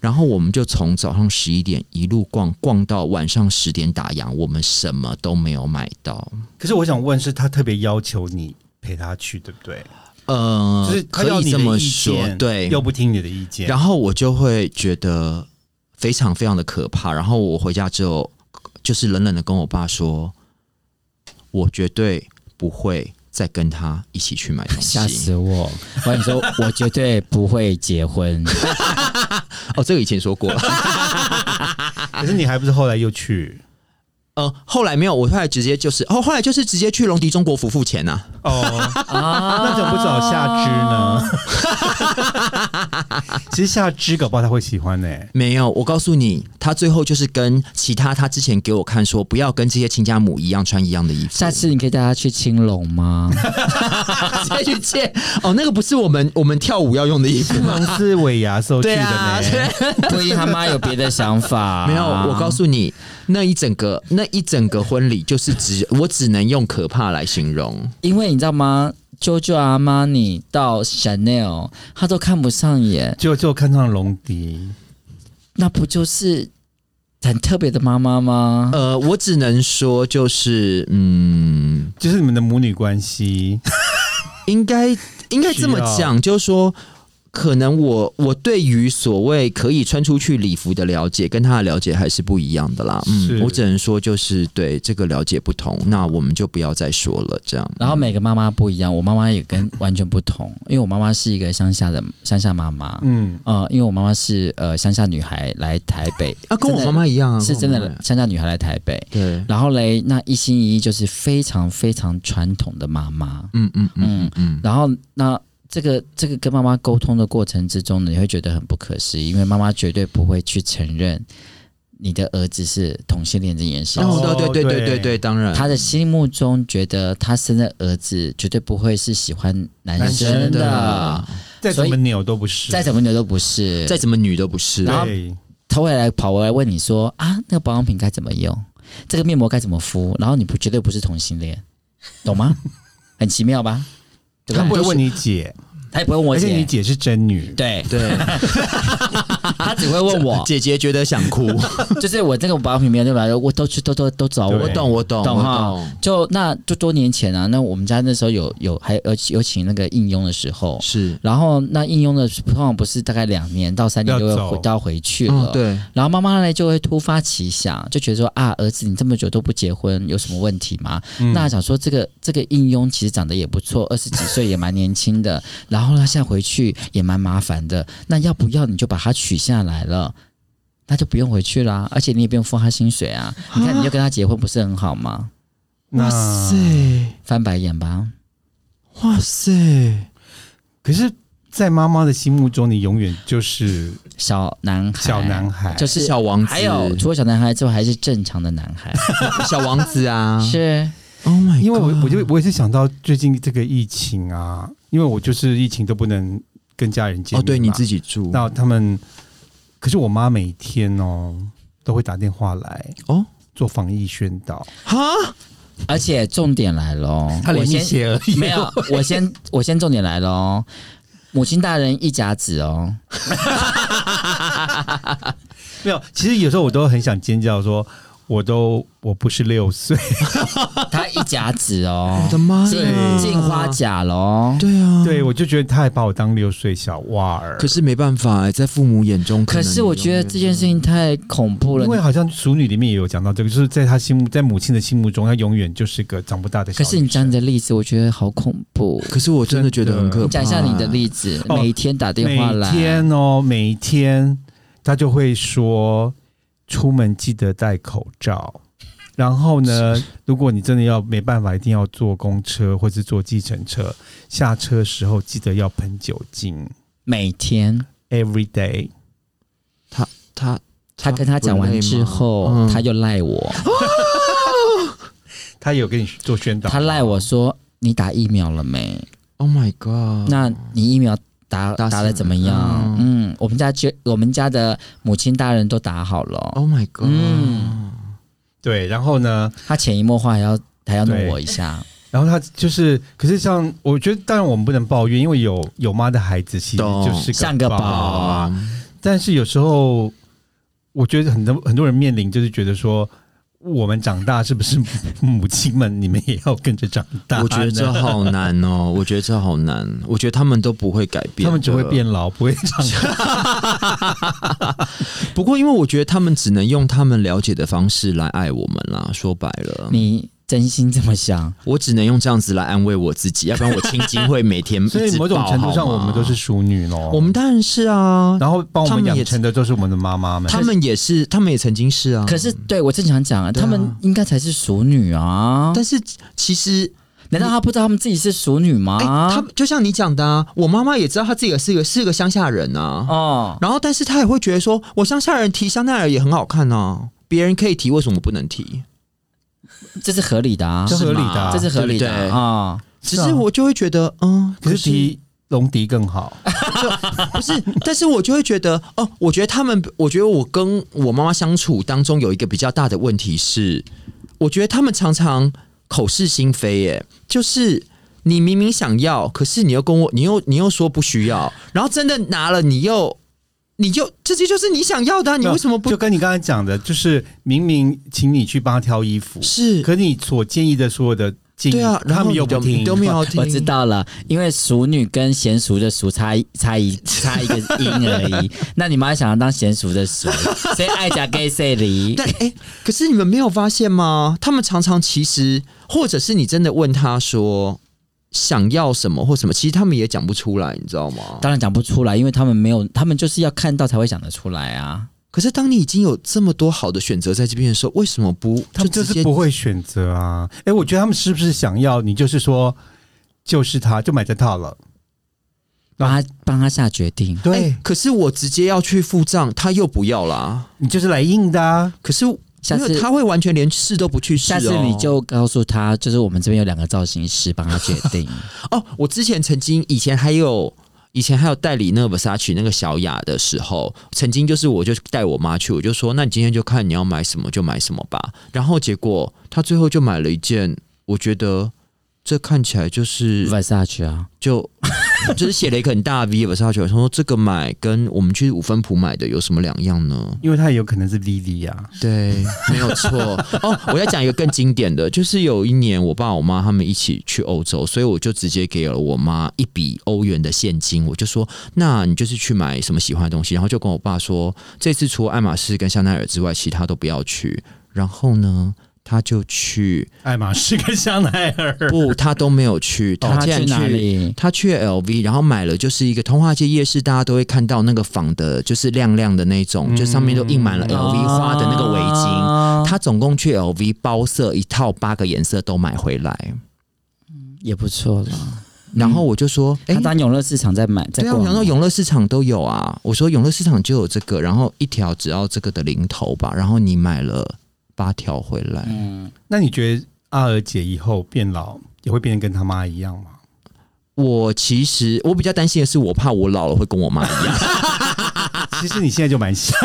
Speaker 2: 然后我们就从早上十一点一路逛逛到晚上十点打烊，我们什么都没有买到。
Speaker 1: 可是我想问，是他特别要求你陪他去，对不对？
Speaker 2: 呃，
Speaker 1: 就是他
Speaker 2: 可
Speaker 1: 要
Speaker 2: 以
Speaker 1: 你
Speaker 2: 这
Speaker 1: 的
Speaker 2: 么
Speaker 1: 意
Speaker 2: 说，
Speaker 1: 见，
Speaker 2: 对。
Speaker 1: 又不听你的意见，
Speaker 2: 然后我就会觉得非常非常的可怕。然后我回家之后，就是冷冷的跟我爸说，我绝对不会再跟他一起去买东西。
Speaker 3: 吓死我！我跟你说，我绝对不会 结婚。
Speaker 2: 哦，这个以前说 过了。
Speaker 1: 可是你还不是后来又去
Speaker 2: 呃，后来没有，我后来直接就是哦，后来就是直接去龙迪中国服付钱呐、
Speaker 1: 哦？
Speaker 3: 啊
Speaker 1: 那怎么不找夏肢 呢？其实夏肢搞不好他会喜欢呢、
Speaker 2: 没有，我告诉你，他最后就是跟其他他之前给我看说，不要跟这些亲家母一样穿一样的衣服。
Speaker 3: 下次你可以带他去青龙吗？
Speaker 2: 再去借哦，那个不是我们我们跳舞要用的衣服吗？
Speaker 1: 那是尾牙时候去的
Speaker 2: 对
Speaker 1: 呢、
Speaker 2: 啊，对
Speaker 3: 不一定他妈有别的想法。啊
Speaker 2: 没有，我告诉你，那一整个那一整个婚礼，就是只我只能用可怕来形容。
Speaker 3: 因为你知道吗？JoJo Armani 到 Chanel，他都看不上眼，
Speaker 1: 就就看上龙迪，
Speaker 3: 那不就是很特别的妈妈吗？
Speaker 2: 呃，我只能说，就是嗯，
Speaker 1: 就是你们的母女关系。
Speaker 2: 应该应该这么
Speaker 1: 需要
Speaker 2: 讲，就是说。可能我我对于所谓可以穿出去礼服的了解，跟他的了解还是不一样的啦。嗯
Speaker 1: 是，
Speaker 2: 我只能说就是对这个了解不同，那我们就不要再说了。这样，
Speaker 3: 然后每个妈妈不一样，我妈妈也跟完全不同，因为我妈妈是一个乡下的乡下妈妈，
Speaker 1: 嗯，
Speaker 3: 呃，因为我妈妈是呃乡下女孩来台北，
Speaker 2: 啊，跟我
Speaker 3: 真的
Speaker 2: 妈妈一样啊，
Speaker 3: 是真
Speaker 2: 跟我妈
Speaker 3: 的
Speaker 2: 妈
Speaker 3: 乡下女孩来台北，
Speaker 2: 一样对，
Speaker 3: 然后嘞，那一心一意就是非常非常传统的妈妈，
Speaker 2: 嗯嗯嗯嗯嗯，
Speaker 3: 然后那这个这个跟妈妈沟通的过程之中呢，你会觉得很不可思议，因为妈妈绝对不会去承认你的儿子是同性恋这件事。
Speaker 1: 哦
Speaker 2: 哦，对对对对对
Speaker 1: 对
Speaker 2: 对，当然，
Speaker 3: 他的心目中觉得他生的儿子绝对不会是喜欢男生
Speaker 1: 真
Speaker 3: 的，
Speaker 2: 的，
Speaker 1: 再
Speaker 3: 所
Speaker 1: 怎
Speaker 3: 以
Speaker 1: 么扭都不是。
Speaker 3: 再怎么牛都不是。
Speaker 2: 再怎么女都不是。
Speaker 3: 然后
Speaker 1: 对，
Speaker 3: 他会来跑过来问你说啊，那个保养品该怎么用，这个面膜该怎么敷，然后你不绝对不是同性恋，懂吗？很奇妙吧？对
Speaker 1: 他
Speaker 3: 吧？
Speaker 1: 不会问你姐，
Speaker 3: 他也不会问我
Speaker 1: 而且你姐
Speaker 3: 姐，
Speaker 1: 是真女。
Speaker 3: 对
Speaker 2: 对，
Speaker 3: 他只会问我，
Speaker 2: 姐姐觉得想哭，
Speaker 3: 就是我这个保养品没有对吧？我都去都都都找
Speaker 2: 我
Speaker 3: 我
Speaker 1: 对。
Speaker 2: 懂，我懂，
Speaker 3: 懂
Speaker 2: 我
Speaker 3: 哈
Speaker 2: 懂，
Speaker 3: 就那就多年前啊，那我们家那时候有有还有有请那个应用的时候，
Speaker 2: 是，
Speaker 3: 然后那应用的通常不是大概两年到三年就会
Speaker 1: 要
Speaker 3: 回
Speaker 1: 走
Speaker 3: 到回去了，
Speaker 2: 嗯，对，
Speaker 3: 然后妈妈呢就会突发奇想，就觉得说啊，儿子你这么久都不结婚，有什么问题吗？那想说这个这个应用其实长得也不错，二十几岁也蛮年轻 的，然后呢现在回去也蛮麻烦的，那要不要你就把它取下来了？那就不用回去啦，而且你也不用付他薪水啊！你看，你就跟他结婚不是很好吗？
Speaker 1: 那
Speaker 3: 翻白眼吧，
Speaker 2: 哇塞，
Speaker 1: 可是，在妈妈的心目中，你永远就是
Speaker 3: 小男孩，
Speaker 1: 小男孩。
Speaker 3: 就是
Speaker 2: 小王子，
Speaker 3: 还有除了小男孩之外，还是正常的男孩，
Speaker 2: 小王子啊，
Speaker 3: 是
Speaker 2: Oh my，
Speaker 1: 因为我
Speaker 2: God
Speaker 1: 我就我也是想到最近这个疫情啊，因为我就是疫情都不能跟家人见面
Speaker 2: 哦，
Speaker 1: 嘛。
Speaker 2: 对你自己住
Speaker 1: 那他们，可是我妈每天哦都会打电话来
Speaker 2: 哦，
Speaker 1: 做防疫宣 导，哦
Speaker 2: 哈，
Speaker 3: 而且重点来了哦，我先
Speaker 2: 写而
Speaker 3: 没有，我先我先重点来了哦，母亲大人一甲 子哦，
Speaker 1: 没有。其实有时候我都很想尖叫说。我都我不是六岁，
Speaker 3: 他一甲子哦
Speaker 2: 我，的妈
Speaker 3: 进
Speaker 2: 呀，
Speaker 3: 进花甲喽。
Speaker 2: 对啊，
Speaker 1: 对我就觉得他还把我当六岁小娃儿
Speaker 2: 可。是没办法、欸在父母眼中
Speaker 3: 可
Speaker 2: 能
Speaker 3: 是我觉得这件事情太恐怖了
Speaker 1: 因，为好像《熟女》里面也有讲到这个，就是在他心目，在母亲的心目中，他永远就是个长不大的小女
Speaker 3: 可
Speaker 1: 生。
Speaker 3: 是你讲你的例子，我觉得好恐怖。
Speaker 2: 可是我真的觉得很可怕。
Speaker 3: 你讲一下你的例子，
Speaker 1: 哦
Speaker 3: 每天打电话来，
Speaker 1: 每天哦，每一天他就会说，出门记得戴口罩。然后呢，如果你真的要没办法，一定要坐公车或是坐计程车，下车时候记得要喷酒精
Speaker 3: 每天。
Speaker 1: ，every day。
Speaker 2: 他
Speaker 3: 他跟他讲完之后，
Speaker 2: 嗯
Speaker 3: 他又赖我，
Speaker 1: 他有跟你做宣导，
Speaker 3: 他赖我说你打疫苗了没？
Speaker 2: ，Oh my God，
Speaker 3: 那你疫苗打
Speaker 2: 打
Speaker 3: 打
Speaker 2: 死
Speaker 3: 的怎么样？嗯，我们家就我们家的母亲大人都打好了，
Speaker 2: Oh my God，、
Speaker 3: 嗯
Speaker 1: 对，然后呢，
Speaker 3: 他潜移默化还要还要弄
Speaker 1: 对
Speaker 3: 我一下，
Speaker 1: 然后他就是，可是像我觉得，当然我们不能抱怨，因为有有妈的孩子其实
Speaker 2: 懂
Speaker 1: 就是
Speaker 3: 像个宝
Speaker 2: 啊，
Speaker 1: 但是有时候，我觉得很多很多人面临就是觉得说，我们长大是不是母亲们你们也要跟着长大呢？
Speaker 2: 我觉得这好难哦，我觉得这好难，我觉得他们都不会改变，
Speaker 1: 他们只会。变老，不会长 大。
Speaker 2: 不过，因为我觉得他们只能用他们了解的方式来爱我们啦。说白了，
Speaker 3: 你真心这么想？
Speaker 2: 我只能用这样子来安慰我自己，要不然我青筋会每天一 直
Speaker 1: 所以某种
Speaker 2: 爆
Speaker 1: 程度上，
Speaker 2: 好吗
Speaker 1: 我们都是淑女咯。
Speaker 2: 我们当然是啊，
Speaker 1: 然后帮我
Speaker 2: 他
Speaker 1: 们
Speaker 2: 们也
Speaker 1: 养成的都是我们的妈妈们。
Speaker 2: 他们也是，他们也曾经是啊。
Speaker 3: 可是对我正想讲啊，
Speaker 2: 对啊
Speaker 3: 他们应该才是熟女啊，
Speaker 2: 但是其实，
Speaker 3: 难道他不知道他们自己是熟女
Speaker 1: 啊
Speaker 3: 吗？
Speaker 2: 哎、他就像你讲的啊，我妈妈也知道她自己是个是个乡下人啊，
Speaker 3: 哦，
Speaker 2: 然后但是她也会觉得说，我乡下人提香奈儿也很好看啊，别人可以提，为什么不能提？
Speaker 3: 这是合理的啊，
Speaker 1: 这合理的啊
Speaker 3: 这是合理
Speaker 2: 对
Speaker 3: 的
Speaker 2: 不对
Speaker 3: 啊。
Speaker 2: 只
Speaker 1: 是
Speaker 2: 是
Speaker 1: 啊
Speaker 2: 我就会觉得，嗯，
Speaker 1: 可是提龙迪更好，
Speaker 2: 啊不是，但是我就会觉得，哦，我觉得他们，我觉得我跟我妈妈相处当中有一个比较大的问题是，我觉得他们常常口是心非，耶，就是你明明想要，可是你又跟我，你又你又说不需要，然后真的拿了，你又你又这些就是你想要的啊、你为什么不
Speaker 1: 就？跟你刚才讲的，就是明明请你去帮他挑衣服，
Speaker 2: 是，
Speaker 1: 可你所建议的所有的建议，
Speaker 2: 对啊，然
Speaker 1: 他
Speaker 2: 后
Speaker 1: 们
Speaker 2: 你
Speaker 1: 又
Speaker 2: 都
Speaker 1: 不
Speaker 2: 你
Speaker 1: 听，
Speaker 2: 都没有 听，
Speaker 3: 我知道了，因为熟女跟娴熟的熟差一差一差一个音而 已。那你妈想要当娴熟的熟，所以爱甲给谁离？
Speaker 2: 但哎、可是你们没有发现吗？他们常常其实，或者是你真的问他说想要什么或什么，其实他们也讲不出来，你知道吗？
Speaker 3: 当然讲不出来，因为他们没有，他们就是要看到才会讲得出来啊。
Speaker 2: 可是当你已经有这么多好的选择在这边的时候，为什么不
Speaker 1: 他们就
Speaker 2: 直
Speaker 1: 是
Speaker 2: 接
Speaker 1: 不会选择啊。哎、我觉得他们是不是想要你就是说，就是他就买这套了？
Speaker 3: 帮他帮他下决定，
Speaker 2: 哎、可是我直接要去付账，他又不要啦。
Speaker 1: 你就是来硬的啊。
Speaker 2: 可是
Speaker 3: 下
Speaker 2: 没有
Speaker 3: 次
Speaker 2: 他会完全连试都不去试、哦。
Speaker 3: 下次你就告诉他，就是我们这边有两个造型师帮他决定。
Speaker 2: 哦，我之前曾经以前还有以前还有代理那 Versace 那个小雅的时候，曾经就是我就带我妈去，我就说那你今天就看你要买什么就买什么吧。然后结果她最后就买了一件，我觉得这看起来 就是
Speaker 3: Versace 啊，
Speaker 2: 就 就是写了一个很大的 V Versace，我说这个买跟我们去五分铺买的有什么两样呢？
Speaker 1: 因为他也有可能是 Vivi 啊，
Speaker 2: 对，没有错。哦，我要讲一个更经典的，就是有一年我爸我妈他们一起去欧洲，所以我就直接给了我妈一笔欧元的现金，我就说，那你就是去买什么喜欢的东西，然后就跟我爸说，这次除了爱马仕跟香奈儿之外，其他都不要去。然后呢，他就去，
Speaker 1: 爱马仕跟香奈儿。
Speaker 2: 不，他都没有去，他
Speaker 3: 他
Speaker 2: 竟然
Speaker 3: 去
Speaker 2: 去
Speaker 3: 哪里？
Speaker 2: 他去 LV，然后买了就是一个通化街夜市，大家都会看到那个仿的，就是亮亮的那种，就上面都印满了
Speaker 3: 嗯
Speaker 2: LV 花的那个围巾。
Speaker 3: 啊
Speaker 2: 他总共去 LV 包色一套八个颜色都买回来，
Speaker 3: 也不错了。
Speaker 2: 然后我就说，哎、
Speaker 3: 嗯他当永乐市场在买，在
Speaker 2: 对啊，
Speaker 3: 逛。
Speaker 2: 我想说永乐市场都有啊，我说永乐市场就有这个，然后一条只要这个的零头吧，然后你买了八条回来，
Speaker 3: 嗯，
Speaker 1: 那你觉得阿尔姐以后变老也会变得跟他妈一样 吗？
Speaker 2: 我其实我比较担心的是，我怕我老了会跟我妈 一样，
Speaker 1: 其实你现在就蛮像，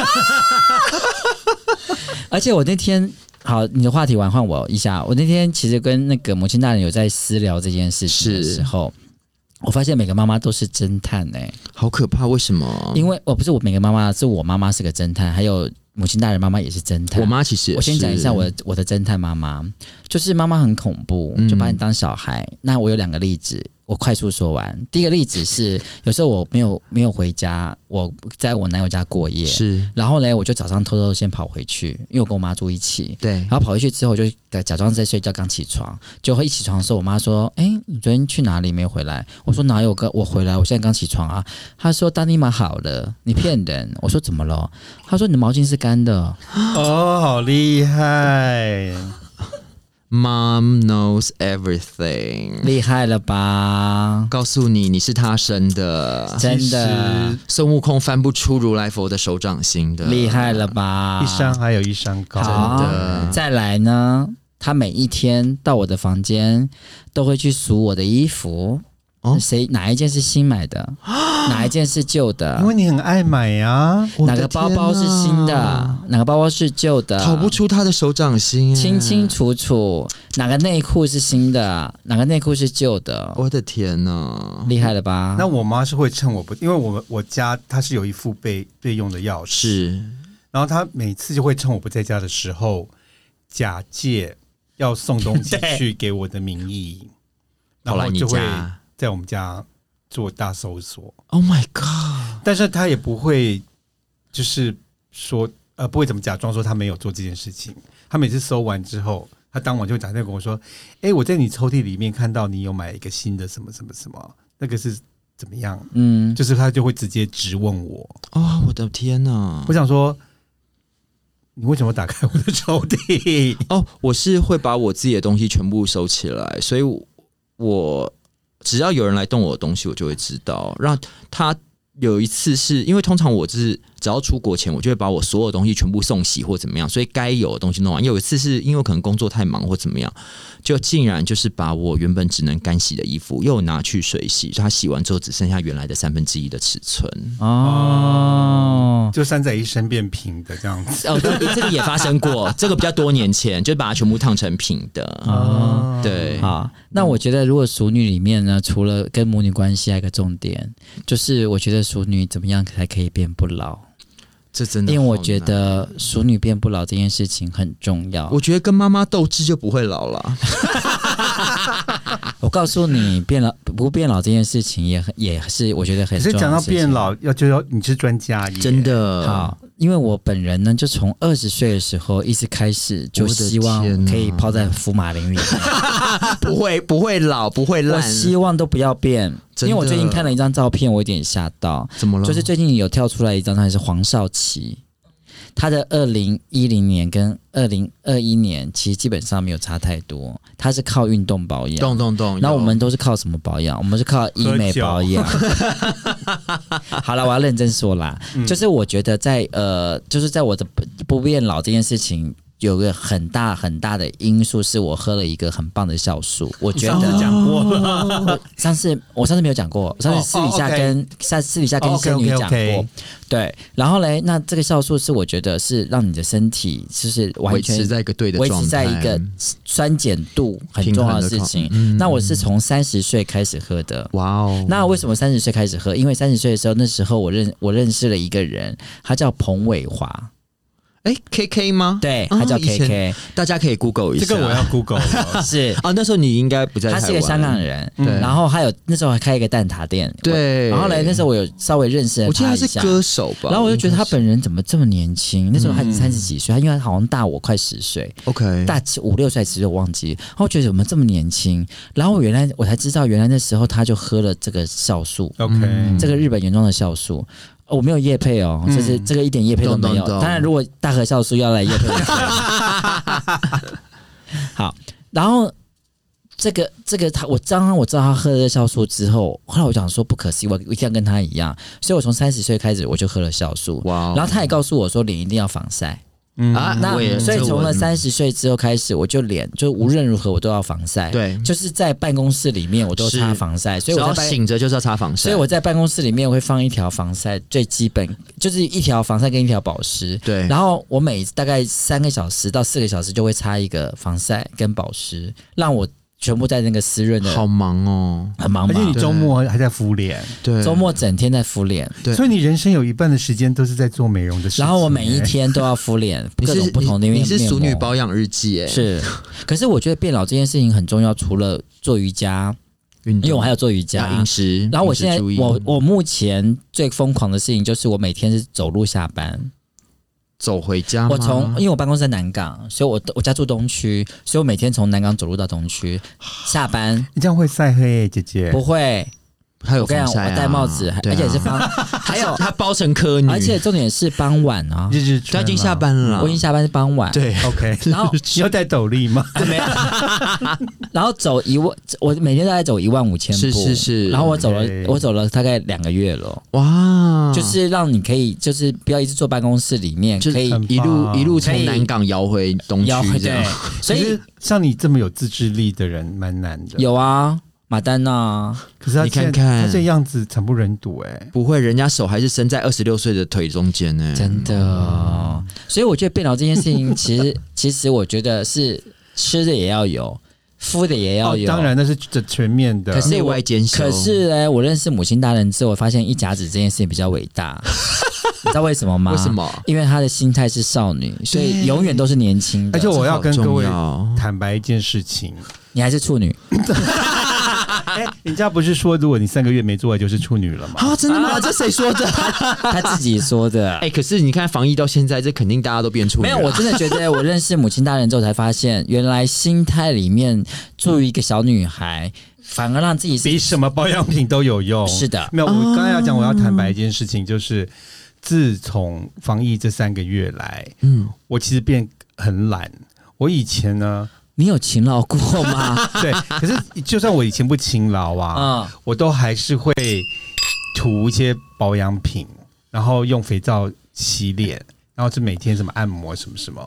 Speaker 3: 而且我那天。好，你的话题完换我一下。我那天其实跟那个母亲大人有在私聊这件事情的
Speaker 2: 是
Speaker 3: 时候，我发现每个妈妈都是侦探哎、
Speaker 2: 好可怕，为什么？
Speaker 3: 呃因为我不是我每个妈妈，是我妈妈是个侦探，还有母亲大人，妈妈也是侦探。
Speaker 2: 我妈其实也
Speaker 3: 我先讲一下
Speaker 2: 是
Speaker 3: 我的我的侦探妈妈，就是妈妈很恐怖，
Speaker 2: 嗯
Speaker 3: 就把你当小孩。那我有两个例子，我快速说完。第一个例子是，有时候我没有没有回家，我在我男友家过夜，
Speaker 2: 是
Speaker 3: 然后呢，我就早上偷偷先跑回去，因为我跟我妈住一起。
Speaker 2: 对
Speaker 3: 然后跑回去之后，我就假假装在睡觉，刚起床。结果一起床的时候，我妈说：“哎、你昨天去哪里没回来？”我说：“哪有个我回来？我现在刚起床啊。”她说：“大尼玛好了，你骗人。”我说：“怎么了？”她说：“你的毛巾是干的。
Speaker 1: 哦，好厉害！
Speaker 2: ，Mom knows everything，”
Speaker 3: 厉害了吧？
Speaker 2: 告诉你你是他生的，
Speaker 3: 真
Speaker 1: 其
Speaker 3: 的
Speaker 1: 实
Speaker 2: 孙悟空翻不出如来佛的手掌心的，
Speaker 3: 厉害了吧？
Speaker 1: 一山还有一山高，
Speaker 3: 好
Speaker 2: 啊真的
Speaker 3: 再来呢，她每一天到我的房间都会去数我的衣服。
Speaker 2: 哦
Speaker 3: 谁哪一件是新买的，哪一件是旧的？
Speaker 1: 因为你很爱买呀、啊。
Speaker 2: 我的
Speaker 3: 哪个包包是新
Speaker 2: 天
Speaker 3: 的呃
Speaker 2: 哪，
Speaker 3: 哪个包包是旧的，
Speaker 2: 逃不出他的手掌心，哎
Speaker 3: 清清楚楚。哪个内裤是新的，哪个内裤是旧的，
Speaker 2: 我的天呐！
Speaker 3: 厉害了
Speaker 2: 啊
Speaker 3: 吧？
Speaker 1: 那我妈是会趁我不，因为我们我家她是有一副备备用的钥匙，
Speaker 2: 是
Speaker 1: 然后她每次就会趁我不在家的时候，假借要送东 西去给我的名义，然
Speaker 2: 跑来
Speaker 1: 后
Speaker 2: 你
Speaker 1: 就会
Speaker 2: 家
Speaker 1: 在我们家做大搜索，
Speaker 2: ，Oh my God！
Speaker 1: 但是她也不会就是说呃不会怎么假装说她没有做这件事情，她每次搜完之后。她当晚就打电话跟我说：“哎、我在你抽屉里面看到你有买一个新的什么什么什么，那个是怎么样？
Speaker 3: 嗯，
Speaker 1: 就是他就会直接质问我。
Speaker 2: 哦，我的天呐！
Speaker 1: 我想说，你为什么打开我的抽屉？
Speaker 2: 哦，我是会把我自己的东西全部收起来，所以我我只要有人来动我的东西，我就会知道。让他有一次是因为通常我就是只要出国前，我就会把我所有东西全部送洗或怎么样，所以该有的东西弄完。有一次是因为我可能工作太忙或怎么样，就竟然就是把我原本只能干洗的衣服又拿去水洗，就它洗完之后只剩下原来的三分之一的尺寸。 嗯
Speaker 3: 哦。
Speaker 1: 就山仔一身变平的这样子。
Speaker 2: 哦，这个这个也发生过，这个比较多年前，就把它全部烫成平的。
Speaker 3: 哦
Speaker 2: 对，
Speaker 3: 好，那我觉得如果熟女里面呢，除了跟母女关系，还有一个重点就是，我觉得熟女怎么样才可以变不老？
Speaker 2: 这真的，
Speaker 3: 因为我觉。得熟女变不老这件事情很重要。
Speaker 2: 我觉得跟妈妈斗智就不会老 了。
Speaker 3: 我告诉你，变老不变老这件事情也很也是我觉得
Speaker 1: 可
Speaker 3: 很
Speaker 1: 是
Speaker 3: 重要的
Speaker 1: 讲到
Speaker 3: 事情
Speaker 1: 变老，要就要你是专家耶，
Speaker 2: 的
Speaker 3: 好，嗯因为我本人呢，就从二十岁的时候一直开始就
Speaker 2: 我的
Speaker 3: 希望
Speaker 2: 天哪
Speaker 3: 可以泡在福马林里面，
Speaker 2: 不会不会老，不会
Speaker 3: 我
Speaker 2: 烂。
Speaker 3: 希望都不要变。因
Speaker 2: 真的
Speaker 3: 为我最近看了一张照片，我有点吓到，
Speaker 2: 怎么了？
Speaker 3: 就是最近有跳出来一张照片是黄少祺，他的二零一零年跟二零二一年其实基本上没有差太多，他是靠运动保养。
Speaker 2: 动动动。
Speaker 3: 那我
Speaker 2: 有
Speaker 3: 们都是靠什么保养？我们是靠医美保养。好了，我要认真说啦，就是我觉得在呃，就是在我的不不变老这件事情。有个很大很大的因素是我喝了一个很棒的酵素，我
Speaker 1: 你
Speaker 3: 觉
Speaker 1: 上次
Speaker 3: 得
Speaker 1: 讲过了，
Speaker 3: 上次我上次没有讲过，我上次私底
Speaker 1: 哦
Speaker 3: 下
Speaker 1: ，OK
Speaker 3: 跟下私底下跟
Speaker 1: 哦
Speaker 3: 仙女
Speaker 1: ，OK，OK，OK
Speaker 3: 讲过，对，然后嘞，那这个酵素是我觉得是让你的身体就是完
Speaker 2: 维
Speaker 3: 全
Speaker 2: 持在一个对的
Speaker 3: 维
Speaker 2: 状态，
Speaker 3: 持在一个酸碱度很
Speaker 2: 平
Speaker 3: 重
Speaker 2: 衡
Speaker 3: 要
Speaker 2: 的嗯
Speaker 3: 的事
Speaker 2: 状
Speaker 3: 情。那我是从三十岁开始喝的。
Speaker 2: 哇哦。
Speaker 3: 那为什么三十岁开始喝？因为三十岁的时候，那时候我认我认识了一个人，他叫彭伟华，
Speaker 2: 哎，K K 吗？
Speaker 3: 对，
Speaker 2: 啊
Speaker 3: 他叫
Speaker 2: 以前
Speaker 3: KK，、
Speaker 2: 大家可以 Google 一
Speaker 1: 这
Speaker 2: 下。
Speaker 1: 个我要 Google 了。
Speaker 3: 是，
Speaker 2: 啊，那时候你应该不在台
Speaker 3: 他
Speaker 2: 湾。
Speaker 3: 是个香港人，嗯
Speaker 2: 对
Speaker 3: 然后还有那时候还开一个蛋挞店，我，
Speaker 2: 对。
Speaker 3: 然后嘞，那时候我有稍微认识了
Speaker 2: 我记得
Speaker 3: 他
Speaker 2: 他
Speaker 3: 一
Speaker 2: 是
Speaker 3: 下。
Speaker 2: 歌手吧。
Speaker 3: 然后我就觉得他本人怎么这么年轻？那时候他
Speaker 1: 嗯
Speaker 3: 三十几岁，他因为他好像大我快十岁，
Speaker 2: OK，
Speaker 3: 大七五六岁其实我忘记，然后我觉得怎么这么年轻？然后我原来我才知道，原来那时候他就喝了这个酵素，
Speaker 1: OK，
Speaker 2: 嗯
Speaker 3: 这个日本原装的酵素。哦我没有叶配哦，
Speaker 1: 嗯
Speaker 3: 就是这个一点叶配都没有。
Speaker 2: 懂懂懂
Speaker 3: 当然，如果大和酵素要来叶配， 好。然后这个这个他，我刚刚我知道他喝了这个酵素之后，后来我想说不可思议，我一定要跟他一样。所以我从三十岁开始我就喝了酵素，
Speaker 2: 哇哦。
Speaker 3: 然后他也告诉我说脸一定要防晒。
Speaker 1: 嗯
Speaker 2: 啊
Speaker 3: 那
Speaker 2: 我也
Speaker 3: 所以
Speaker 2: 这
Speaker 3: 从
Speaker 2: 我
Speaker 3: 了
Speaker 2: 嗯
Speaker 3: 三十岁之后开始，我就脸就无论如何我都要防晒，，
Speaker 2: 对，
Speaker 3: 就是在办公室里面我都擦
Speaker 2: 是
Speaker 3: 防晒，所
Speaker 2: 只
Speaker 3: 以我
Speaker 2: 要
Speaker 3: 在办。
Speaker 2: 醒着就是要擦防晒。
Speaker 3: 所以我在办公室里面会放一条防晒，最基本就是一条防晒跟一条保湿。
Speaker 2: 对
Speaker 3: 然后我每大概三个小时到四个小时就会擦一个防晒跟保湿，让我全部在那个湿润
Speaker 2: 好
Speaker 3: 的，
Speaker 2: 忙哦，
Speaker 3: 很忙
Speaker 1: 而且你
Speaker 3: 嘛。
Speaker 1: 周末还在敷脸，
Speaker 2: 对，
Speaker 3: 周末整天在敷脸，
Speaker 2: 对
Speaker 1: 所以你人生有一半的时间都是在做美容的事情。
Speaker 3: 然后我每一
Speaker 1: 哎
Speaker 3: 天都要敷脸，
Speaker 2: 你
Speaker 3: 各
Speaker 2: 是
Speaker 3: 种不同的
Speaker 2: 你
Speaker 3: 面
Speaker 2: 你是
Speaker 3: 面
Speaker 2: 熟
Speaker 3: 膜
Speaker 2: 女保养日记哎，
Speaker 3: 是，可是我觉得变老这件事情很重要，除了做瑜伽，
Speaker 2: 运动，
Speaker 3: 因为我还要做瑜伽
Speaker 2: 加嗯饮食，
Speaker 3: 然后我
Speaker 2: 饮食
Speaker 3: 现在
Speaker 2: 注意
Speaker 3: 我我目前最疯狂的事情就是我每天是走路下班。
Speaker 2: 走回家吗，
Speaker 3: 我从因为我办公室在南港，所以我我家住东区，所以我每天从南港走路到东区下班。
Speaker 1: 你这样会晒黑耶，姐姐。
Speaker 3: 不会，
Speaker 2: 还有
Speaker 3: 我跟你
Speaker 2: 防
Speaker 3: 讲，
Speaker 2: 晒啊
Speaker 3: 我戴帽子，还
Speaker 2: 对
Speaker 3: 而
Speaker 2: 啊嗯
Speaker 3: 且是傍，
Speaker 2: 还有他包成科女，
Speaker 3: 而且重点是傍晚啊，
Speaker 1: 日日
Speaker 2: 他已经下班了啦，
Speaker 3: 我已经下班是傍晚。
Speaker 2: 嗯对
Speaker 1: OK，
Speaker 3: 然 后
Speaker 1: 你要戴斗笠吗？
Speaker 3: 没有， 然后走一万，我每天大概走一万五千步，
Speaker 2: 是是啊是
Speaker 3: 然后我走了
Speaker 1: OK，
Speaker 3: 我走了大概两个月了，
Speaker 2: 哇，
Speaker 3: 就是让你可以，就是不要一直坐办公室里面，
Speaker 2: 就
Speaker 3: 可以
Speaker 1: 很
Speaker 2: 一路
Speaker 1: 棒
Speaker 2: 一路
Speaker 3: 可
Speaker 2: 从
Speaker 3: 以
Speaker 2: 南港摇回东
Speaker 3: 摇
Speaker 2: 区这
Speaker 3: 对
Speaker 2: 样，，
Speaker 3: 所
Speaker 1: 可
Speaker 3: 以
Speaker 1: 是像你这么有自制力的人，蛮难的。，
Speaker 3: 有啊，马丹娜，
Speaker 1: 可是他
Speaker 2: 你看
Speaker 1: 现在
Speaker 2: 看
Speaker 1: 他这样子惨不忍睹哎、
Speaker 2: 不会，人家手还是伸在二十六岁的腿中间呢，
Speaker 3: 真
Speaker 1: 嗯
Speaker 3: 的，所以我觉得变老这件事情，其实其实我觉得是吃的也要有，敷的也要
Speaker 1: 哦，
Speaker 3: 有，
Speaker 1: 当然那是全全面的。
Speaker 3: 可是
Speaker 2: 内外兼修。
Speaker 3: 可是呢，我认识母亲大人之后，我发现一甲子这件事情比较伟 大，你知道为什么吗？
Speaker 2: 为什？么？
Speaker 3: 因为她的心态是少女，所以永远都是年轻的。
Speaker 1: 而且我要跟各位
Speaker 2: 这好重要
Speaker 1: 坦白一件事情，
Speaker 3: 你还是处女，
Speaker 1: 哎、人家不是说如果你三个月没做爱就是处女了 吗？
Speaker 2: 啊，真的吗？这谁说的？
Speaker 3: 她自己说的。
Speaker 2: 哎、可是你看防疫到现在，这肯定大家都变处女
Speaker 3: 没有，
Speaker 2: 了
Speaker 3: 我真的觉得我认识母亲大人之后才发现，原来心态里面作为一个小女孩，反而让自己是
Speaker 1: 比什么保养品都有用。
Speaker 3: 是的
Speaker 1: 没有，我刚才要讲，我要坦白一件事情，就是自从防疫这三个月来，
Speaker 2: 嗯，
Speaker 1: 我其实变很懒。我以前呢，
Speaker 3: 你有勤劳过吗？
Speaker 1: 对，可是就算我以前不勤劳啊，
Speaker 3: 啊、
Speaker 2: 嗯
Speaker 1: 我都还是会涂一些保养品，然后用肥皂洗脸，然后就每天什么按摩什么什么，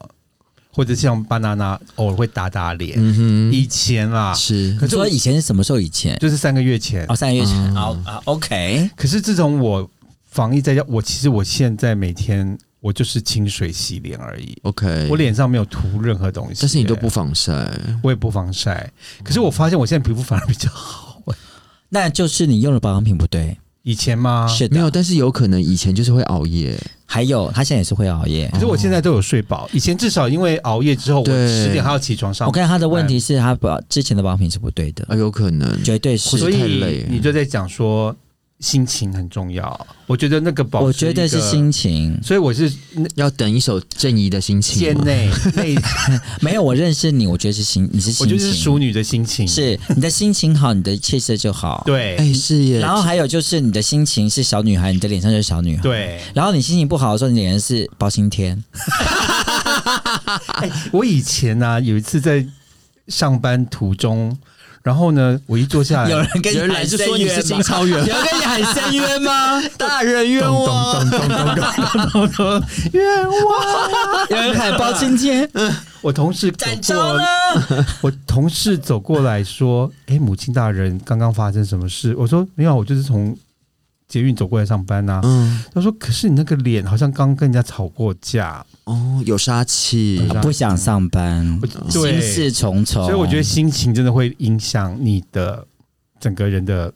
Speaker 1: 或者像巴娜娜偶尔会打打脸。
Speaker 2: 嗯
Speaker 1: 以前啦
Speaker 2: 哼，，是
Speaker 1: 可
Speaker 3: 你
Speaker 1: 是
Speaker 3: 说
Speaker 1: 我
Speaker 3: 以前是什么时候？以前
Speaker 1: 就是三个月前。
Speaker 3: 哦，三个月前。好啊，OK，
Speaker 1: 可是自从我防疫在家，我其实我现在每天我就是清水洗脸而已，
Speaker 2: OK。
Speaker 1: 我脸上没有涂任何东西、
Speaker 2: 但是你都不，防晒，
Speaker 1: 我也不防晒。可是我发现我现在皮肤反而比较好。
Speaker 3: 那就是你用的保养品不对。
Speaker 1: 以前吗？
Speaker 3: 是的，
Speaker 2: 没有，但是有可能以前就是会熬夜，
Speaker 3: 还有，他现在也是会熬夜。
Speaker 1: 可是我现在都有睡饱，以前至少因为熬夜之后，我
Speaker 2: 对
Speaker 1: 十点还要起床上
Speaker 3: 我
Speaker 1: 班。
Speaker 3: 看他的问题是他把之前的保养品是不对的，
Speaker 2: 啊，有可能。
Speaker 3: 绝对是。
Speaker 1: 所
Speaker 2: 太累
Speaker 1: 以你就在讲说心情很重要。我觉得那个保，
Speaker 3: 我觉得是，心情。
Speaker 1: 所以我是
Speaker 2: 要等一首正义的心情
Speaker 1: 肩
Speaker 2: 吗，
Speaker 1: 内内，
Speaker 3: 没有，我认识你，我觉得是心，你是
Speaker 1: 我
Speaker 3: 心
Speaker 1: 觉
Speaker 3: 情，
Speaker 1: 得是淑女的心情。
Speaker 3: 是你的心情好，你的气色就好。。
Speaker 1: 对，
Speaker 2: 哎、是耶。
Speaker 3: 然后还有就是你的心情是小女孩，你的脸上就是小女孩。。
Speaker 1: 对。
Speaker 3: 然后你心情不好的时候，你脸上是包青天。
Speaker 1: 我以前呢、有一次在上班途中，然后呢，我一坐哎下来，
Speaker 3: 有人跟你
Speaker 2: 有人
Speaker 3: 喊
Speaker 2: 来就
Speaker 3: 深
Speaker 2: 说你
Speaker 3: 渊
Speaker 2: 是
Speaker 3: 吗
Speaker 2: 金超人
Speaker 3: 有人跟你喊深渊吗？大人冤
Speaker 1: 咚
Speaker 3: 枉！
Speaker 1: 咚咚咚咚咚咚咚，冤枉！
Speaker 3: 有人喊包青天，
Speaker 1: 我同事走
Speaker 3: 展昭
Speaker 1: 过
Speaker 3: 呢，？
Speaker 1: 我同事走过来说：“哎、母亲大人，刚刚发生什么事？”我说：“没有，啊我就是从捷运走过来上班呐、啊
Speaker 2: 嗯，
Speaker 1: 他说：“可是你那个脸好像刚跟人家吵过架。
Speaker 2: 哦，有杀气，
Speaker 1: 嗯
Speaker 3: 不想上班
Speaker 1: 我”，
Speaker 3: 心
Speaker 1: 对，
Speaker 3: 事重重。
Speaker 1: 所以我觉得心情真的会影响你的整个人的气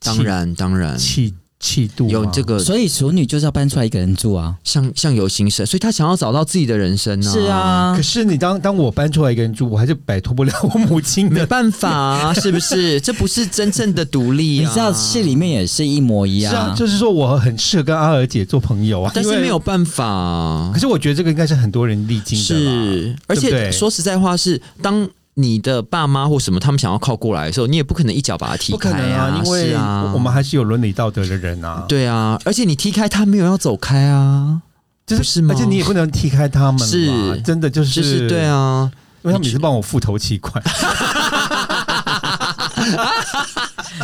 Speaker 2: 当然当然
Speaker 1: 气气度吗。
Speaker 2: 有这个
Speaker 3: 所以熟女就是要搬出来一个人住啊。
Speaker 2: 相相由心生，所以他想要找到自己的人生呢、
Speaker 3: 是，啊
Speaker 1: 可，是你当当我搬出来一个人住，我还是摆脱不了我母亲
Speaker 2: 没
Speaker 1: 的。
Speaker 2: 办法、啊，是不 是？这不是真正的独立、
Speaker 3: 你
Speaker 2: 啊，
Speaker 3: 知道戏里面也是一模一
Speaker 1: 是啊，
Speaker 3: 样。
Speaker 1: 就是说我很适合跟阿尔姐做朋友啊，
Speaker 2: 但
Speaker 1: 因
Speaker 2: 是
Speaker 1: 为
Speaker 2: 没有。办法啊、
Speaker 1: 可是我觉得这个应该是很多人历经的啦。
Speaker 2: 是，而
Speaker 1: 对不对
Speaker 2: 且说实在话是，当你的爸妈或什么他们想要靠过来的时候，你也不可能一脚把他踢
Speaker 1: 不可
Speaker 2: 开
Speaker 1: 能啊，因
Speaker 2: 是
Speaker 1: 为
Speaker 2: 啊，
Speaker 1: 我们还是有伦理道德的人啊。，
Speaker 2: 对啊，而且你踢开他没有要走开啊，
Speaker 1: 就是
Speaker 2: 不是吗
Speaker 1: 而且你也不能踢开他们嘛，
Speaker 2: 是
Speaker 1: 真的就是
Speaker 2: 就是对，啊，
Speaker 1: 因为他们也是帮我付头期款，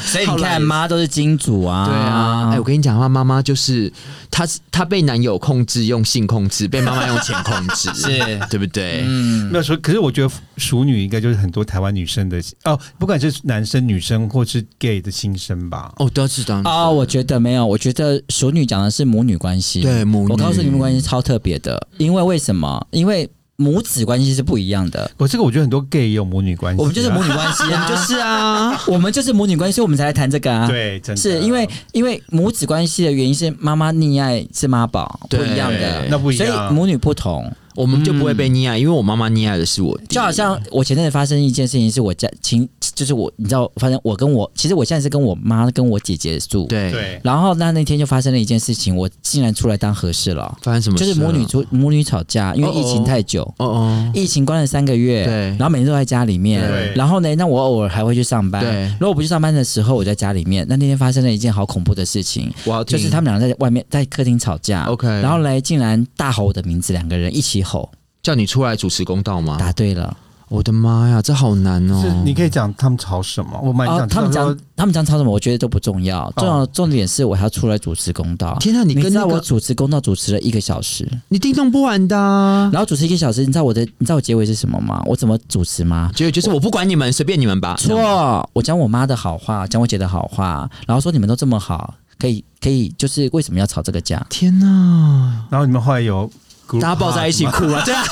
Speaker 3: 所以你看，妈都是金主啊。
Speaker 2: 对啊，哎、我跟你讲，他妈妈就是她，她被男友控制，用性控制，被妈妈用钱控制，
Speaker 3: 是
Speaker 2: 对不对？
Speaker 3: 嗯，
Speaker 1: 没有说。可是我觉得熟女应该就是很多台湾女生的哦，不管是男生女生或是 gay 的心声吧。
Speaker 2: 哦，都是当
Speaker 3: 哦，我觉得没有，我觉得熟女讲的是母女关系。
Speaker 2: 对母女
Speaker 3: 我告诉你们，关系超特别的，因为为什么？因为母子关系是不一样的。
Speaker 1: 哦我这个我觉得很多 gay 也有母女关系啊，
Speaker 3: 我们就是母女关系
Speaker 2: 我
Speaker 3: 啊，
Speaker 2: 们就是啊，
Speaker 3: 我们就是母女关系，所以我们才来谈这个啊。，
Speaker 1: 对，真的
Speaker 3: 是因为因为母子关系的原因是妈妈溺爱是妈宝不
Speaker 2: 对
Speaker 3: 一样的
Speaker 1: 对，那不一样
Speaker 3: 所以母女不同。
Speaker 2: 我们就不会被溺爱，因为我妈妈溺爱的是我弟，
Speaker 3: 就好像我前阵子发生一件事情，是我家亲，就是我你知道，发现我跟我其实我现在是跟我妈跟我姐姐住，。
Speaker 2: 对，
Speaker 1: 对，
Speaker 3: 然后那那天就发生了一件事情，我竟然出来当和事佬，
Speaker 2: 发生什么事
Speaker 3: 就
Speaker 2: 了？
Speaker 3: 是母女出母女吵架，因为疫情太久。
Speaker 2: 哦哦，
Speaker 3: 疫情关了三个月，
Speaker 2: 对
Speaker 3: 然后每天都在家里面
Speaker 1: 对，
Speaker 3: 然后呢，那我偶尔还会去上班，
Speaker 2: 对
Speaker 3: 如果我不去上班的时候，我在家里面。那那天发生了一件好恐怖的事情，
Speaker 2: 我要
Speaker 3: 就
Speaker 2: 听
Speaker 3: 是他们两个在外面在客厅吵架
Speaker 2: 嗯 OK
Speaker 3: 然后嘞竟然大吼我的名字，两个人一起吼，
Speaker 2: 叫你出来主持公道吗？
Speaker 3: 答对了。
Speaker 2: 我的妈呀，这好难哦！
Speaker 1: 是你可以讲他们吵什么，我蛮
Speaker 3: 哦
Speaker 1: 想，
Speaker 3: 他
Speaker 1: 知
Speaker 3: 们
Speaker 1: 道
Speaker 3: 讲
Speaker 1: 说
Speaker 3: 他们讲吵什么，我觉得都不重要，重要重点是我还要出来主持公道。
Speaker 2: 哦天啊，你
Speaker 3: 你
Speaker 2: 跟
Speaker 3: 知
Speaker 2: 那
Speaker 3: 道我
Speaker 2: 个
Speaker 3: 主持公道主持了一个小时，
Speaker 2: 你叮咚不完的、啊，
Speaker 3: 然后主持一个小时，你知道我的你知道我结尾是什么吗？我怎么主持吗？
Speaker 2: 结果就是我不管你们，随便你们吧。这样
Speaker 3: 错，我讲我妈的好话，讲我姐的好话，然后说你们都这么好，可以可以，就是为什么要吵这个架？
Speaker 2: 天哪！
Speaker 1: 然后你们后来有 group
Speaker 2: 大家抱在一起
Speaker 1: hug 吗
Speaker 2: 哭啊！对啊，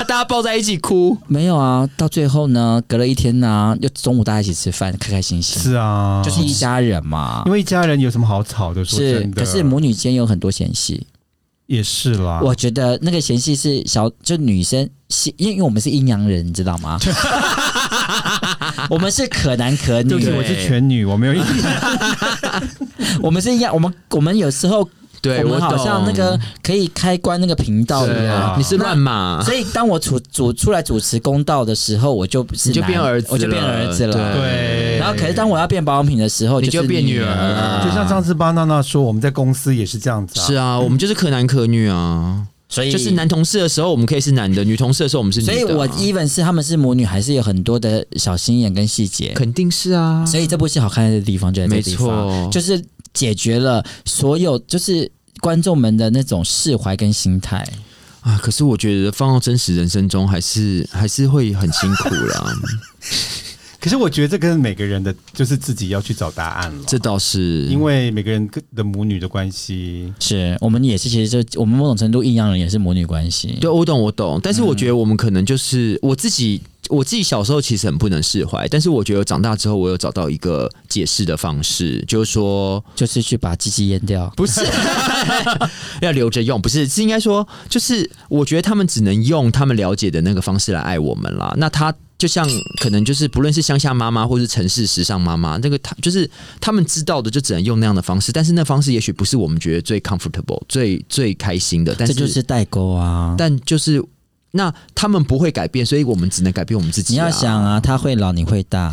Speaker 2: 大家抱在一起哭。
Speaker 3: 没有啊，到最后呢，隔了一天呢、又中午大家一起吃饭，开开心心，
Speaker 1: 是啊，
Speaker 3: 就是一家人嘛
Speaker 1: 因。为一家人有什么好吵的？说
Speaker 3: 是
Speaker 1: 真，的，
Speaker 3: 可是母女间有很多嫌隙，
Speaker 1: 也是啦，
Speaker 3: 我觉得那个嫌隙是小，就女生是，因为因为我们是阴阳人，你知 道吗？我们是可男可
Speaker 1: 嗯
Speaker 3: 女
Speaker 1: 对不起，，我是全女，我没有意见。
Speaker 3: 我们是阴阳，我们我们有时候
Speaker 2: 对，
Speaker 3: 我
Speaker 2: 我
Speaker 3: 们好像那个可以开关那个频道一
Speaker 2: 对
Speaker 3: 样。
Speaker 2: 啊，你是乱码，
Speaker 3: 所以当我主主出来主持公道的时候，我就不是
Speaker 2: 你就
Speaker 3: 男
Speaker 2: 变儿子了
Speaker 3: 我就变儿子了。
Speaker 1: 对
Speaker 3: 然后可是当我要变保养品的时候，
Speaker 2: 你
Speaker 3: 是
Speaker 2: 就变女儿了
Speaker 1: 就像上次巴娜娜说，我们在公司也是这样子啊。
Speaker 2: 是啊，我们就是克男克女啊。
Speaker 3: 所以
Speaker 2: 就是。男同事的时候，我们可以是男的；女同事的时候，我们是女的
Speaker 3: 所
Speaker 2: 啊。
Speaker 3: 以我 even 是他们是母女，还是有很多的小心眼跟细节。
Speaker 2: 肯定是啊，
Speaker 3: 所以这部戏好看的地方就在这
Speaker 2: 没
Speaker 3: 个地方，
Speaker 2: 错，
Speaker 3: 就是解决了所有就是观众们的那种释怀跟心态。
Speaker 2: 啊，可是我觉得放到真实人生中，还是还是会很辛苦 啦。
Speaker 1: 可是我觉得这跟每个人的就是自己要去找答案了，
Speaker 2: 这倒是
Speaker 1: 因为每个人跟的母女的关系，
Speaker 3: 是我们也是，其实就我们某种程度阴阳人也是母女关系。
Speaker 2: 对，我懂，我懂。但是我觉得我们可能就是、我自己，我自己小时候其实很不能释怀，但是我觉得长大之后，我有找到一个解释的方式，就是说
Speaker 3: 就是去把鸡鸡阉掉。
Speaker 2: 不是 要留着用，不是是应该说，就是我觉得他们只能用他们了解的那个方式来爱我们啦。那他。就像可能就是不论是乡下妈妈或是城市时尚妈妈，那个他就是他们知道的，就只能用那样的方式。但是那方式也许不是我们觉得最 comfortable、最最开心的。但
Speaker 3: 这
Speaker 2: 是
Speaker 3: 就是代沟啊！
Speaker 2: 但就是那他们不会改变，所以我们只能改变我们自己、
Speaker 3: 你要想，啊，他会老，你会大，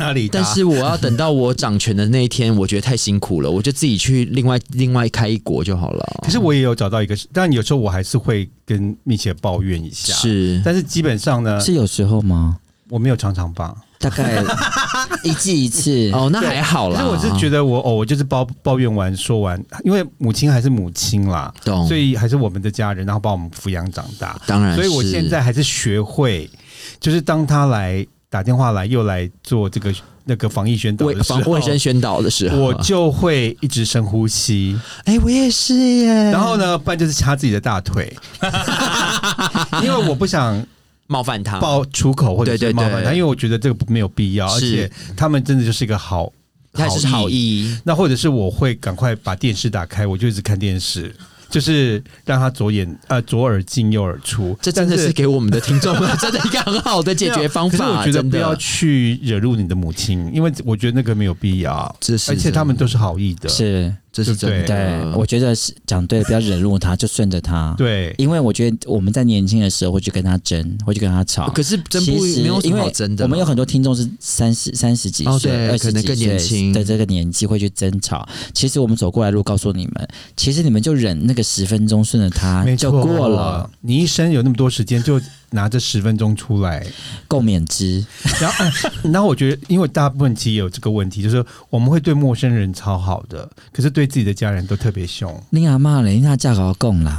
Speaker 1: 哪里搭？
Speaker 2: 但是我要等到我掌权的那一天，我觉得太辛苦了，我就自己去另外另外开一国就好了
Speaker 1: 可。是我也有找到一个，但有时候我还是会跟蜜姐抱怨一下。，
Speaker 2: 是，
Speaker 1: 但是基本上呢，
Speaker 3: 是有时候吗？
Speaker 1: 我没有常常抱。
Speaker 3: 大概一季一次，
Speaker 2: 哦，那还好
Speaker 1: 可
Speaker 2: 啦。
Speaker 1: 是我是觉得我哦，我就是抱抱怨完说完，因为母亲还是母亲啦，
Speaker 2: 懂，
Speaker 1: 所以还是我们的家人，然后把我们抚养长大。
Speaker 2: 当嗯然是，
Speaker 1: 所以我现在还是学会，就是当他来打电话来，又来做这个那个防疫宣导
Speaker 2: 卫
Speaker 1: 的时
Speaker 2: 防
Speaker 1: 候，
Speaker 2: 卫生宣导的时候，
Speaker 1: 我就会一直深呼吸，
Speaker 2: 哎、我也是耶。
Speaker 1: 然后呢，不然就是掐自己的大 腿，因为我不想
Speaker 2: 冒犯他，
Speaker 1: 爆出口或者
Speaker 2: 对
Speaker 1: 是
Speaker 2: 对
Speaker 1: 冒犯
Speaker 2: 对
Speaker 1: 他，因为我觉得这个不没有必要，而
Speaker 2: 是
Speaker 1: 且他们真的就是一个好，
Speaker 2: 他也是好。意。
Speaker 1: 那或者是我会赶快把电视打开，我就一直看电视，就是让他左眼呃左耳进右耳出，
Speaker 2: 这真的
Speaker 1: 但
Speaker 2: 是给我们的听众 们真的一个很好的解决方
Speaker 1: 可是
Speaker 2: 法。
Speaker 1: 我觉得
Speaker 2: 真
Speaker 1: 不
Speaker 2: 的
Speaker 1: 要去惹怒你的母亲，因为我觉得那个没有必要。
Speaker 2: 这是
Speaker 1: 而且他们都是好意的，
Speaker 3: 是
Speaker 2: 这是真
Speaker 1: 对
Speaker 2: 的。
Speaker 1: 不
Speaker 3: 对，我觉得是讲对了，不要惹怒他，就顺着他。，
Speaker 1: 对，
Speaker 3: 因为我觉得我们在年轻的时候会去跟他争，会去跟他吵。
Speaker 2: 哦可是真不
Speaker 3: 其实
Speaker 2: 没有什
Speaker 3: 因
Speaker 2: 么好
Speaker 3: 为
Speaker 2: 真的啦。
Speaker 3: 我们有很多听众是三十三十几
Speaker 2: 哦对
Speaker 3: 岁、二十、
Speaker 2: 可能
Speaker 3: 几
Speaker 2: 更
Speaker 3: 岁
Speaker 2: 年轻
Speaker 3: 的这个年纪会去争吵。其实我们走过来路，告诉你们，其实你们就忍那个十分钟，顺着他
Speaker 1: 没
Speaker 3: 就
Speaker 1: 错。
Speaker 3: 过了，。
Speaker 1: 你一生有那么多时间，就拿这十分钟出 来。
Speaker 3: 共勉之。
Speaker 1: 然后，呃然后我觉得，因为大部分其实也有这个问题，就是我们会对陌生人超好的，可是对自己的家人都特别凶。
Speaker 3: 你阿妈嘞，那价格供 啦。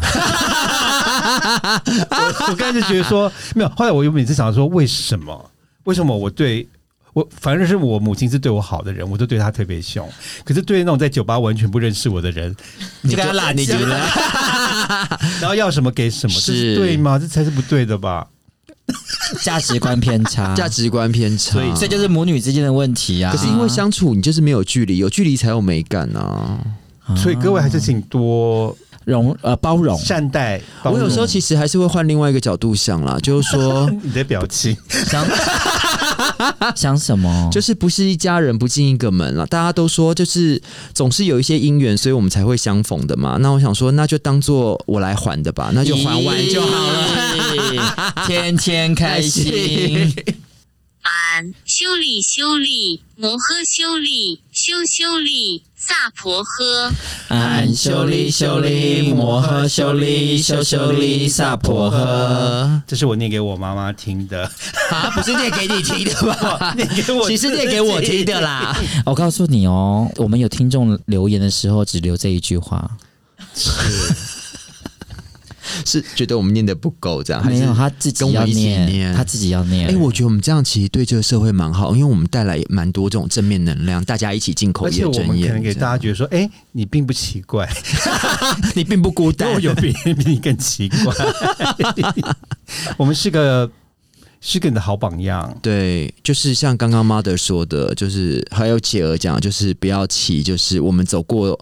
Speaker 1: 我我刚才就觉得说，没有。后来我又每次想说，为什么？为什么我对我反正是我母亲是对我好的人，我就对她特别凶。可是对那种在酒吧完全不认识我的人，
Speaker 2: 你就跟他辣你觉得？
Speaker 1: 然后要什么给什么，这
Speaker 2: 是
Speaker 1: 是对吗？这才是不对的吧？
Speaker 3: 价值观偏差， 啊
Speaker 2: 价值观偏差。
Speaker 3: 所以就是母女之间的问题啊。
Speaker 2: 可是因为相处，你就是没有距离，有距离才有美感啊。
Speaker 1: 所以各位还是请多
Speaker 3: 容呃包容，
Speaker 1: 善待。包
Speaker 2: 我
Speaker 1: 容
Speaker 2: 有时候其实还是会换另外一个角度想啦，就 是说，
Speaker 1: 你的表情，
Speaker 3: 想 想什么？
Speaker 2: 就是不是一家人不进一个门啦。大家都说，就是总是有一些姻缘，所以我们才会相逢的嘛。那我想说，那就当做我来还的吧，那就还完就好了。
Speaker 3: 了，天天开心。
Speaker 4: 俺修理修理摩诃修理修修理萨婆诃。
Speaker 3: 俺修利修利，摩诃修利，修修利，萨婆诃。
Speaker 1: 这是我念给我妈妈听 的，
Speaker 2: 啊，不是念给你听的 吧？
Speaker 1: 念给我，
Speaker 2: 其实念给我听的啦。
Speaker 3: 我告诉你哦，我们有听众留言的时候，只留这一句话，
Speaker 2: 是觉得我们念的不够，这样还
Speaker 3: 没
Speaker 2: 是
Speaker 3: 有他自己
Speaker 2: 跟
Speaker 3: 要
Speaker 2: 我一起
Speaker 3: 念，
Speaker 2: 念
Speaker 3: 他自己要念。
Speaker 2: 哎、我觉得我们这样其实对这个社会蛮好，因为我们带来蛮多这种正面能量，大家一起进口
Speaker 1: 而
Speaker 2: 业
Speaker 1: 且我
Speaker 2: 真
Speaker 1: 们可
Speaker 2: 言
Speaker 1: 能给
Speaker 2: 这样。
Speaker 1: 大家觉得说，哎、你并不奇怪，
Speaker 2: 你并不孤
Speaker 1: 因
Speaker 2: 单
Speaker 1: 为我， 有比比你更奇怪。 我们是个是个你的好榜样，
Speaker 2: 对，就是像刚刚 mother 说的，就是还有姐儿讲，就是不要气，就是我们走过、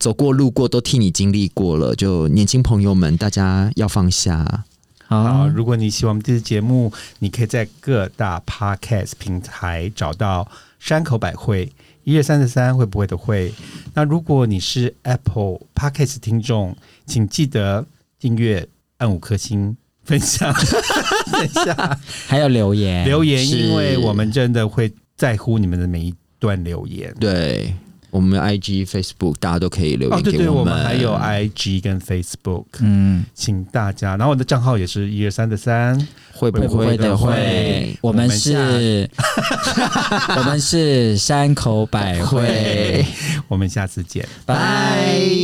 Speaker 2: 走过、路过都替你经历过了，就年轻朋友们，大家要放下。
Speaker 1: 好，
Speaker 3: 好，
Speaker 1: 如果你喜欢我们这期节目，你可以在各大 podcast 平台找到山口百惠。一月三十三会不会的会？那如果你是 Apple Podcast 听众，请记得订阅、按五颗星、分 享、分享、
Speaker 3: 还有留言，
Speaker 1: 留言，
Speaker 2: 是
Speaker 1: 因为我们真的会在乎你们的每一段留言。
Speaker 2: 对我们 IG、Facebook 大家都可以留
Speaker 1: 哦，
Speaker 2: 言
Speaker 1: 对
Speaker 2: 给
Speaker 1: 对，我
Speaker 2: 们，
Speaker 1: 们还有啊 IG 跟 Facebook，
Speaker 3: 嗯，
Speaker 1: 请大家。然后我的账号也是一二三的三，
Speaker 2: 会不
Speaker 3: 会不会
Speaker 2: 会
Speaker 3: 的
Speaker 2: 的
Speaker 3: 会
Speaker 2: 会？，
Speaker 3: 我们是， 我们是山口百惠，
Speaker 1: 我们下次见。
Speaker 3: 拜。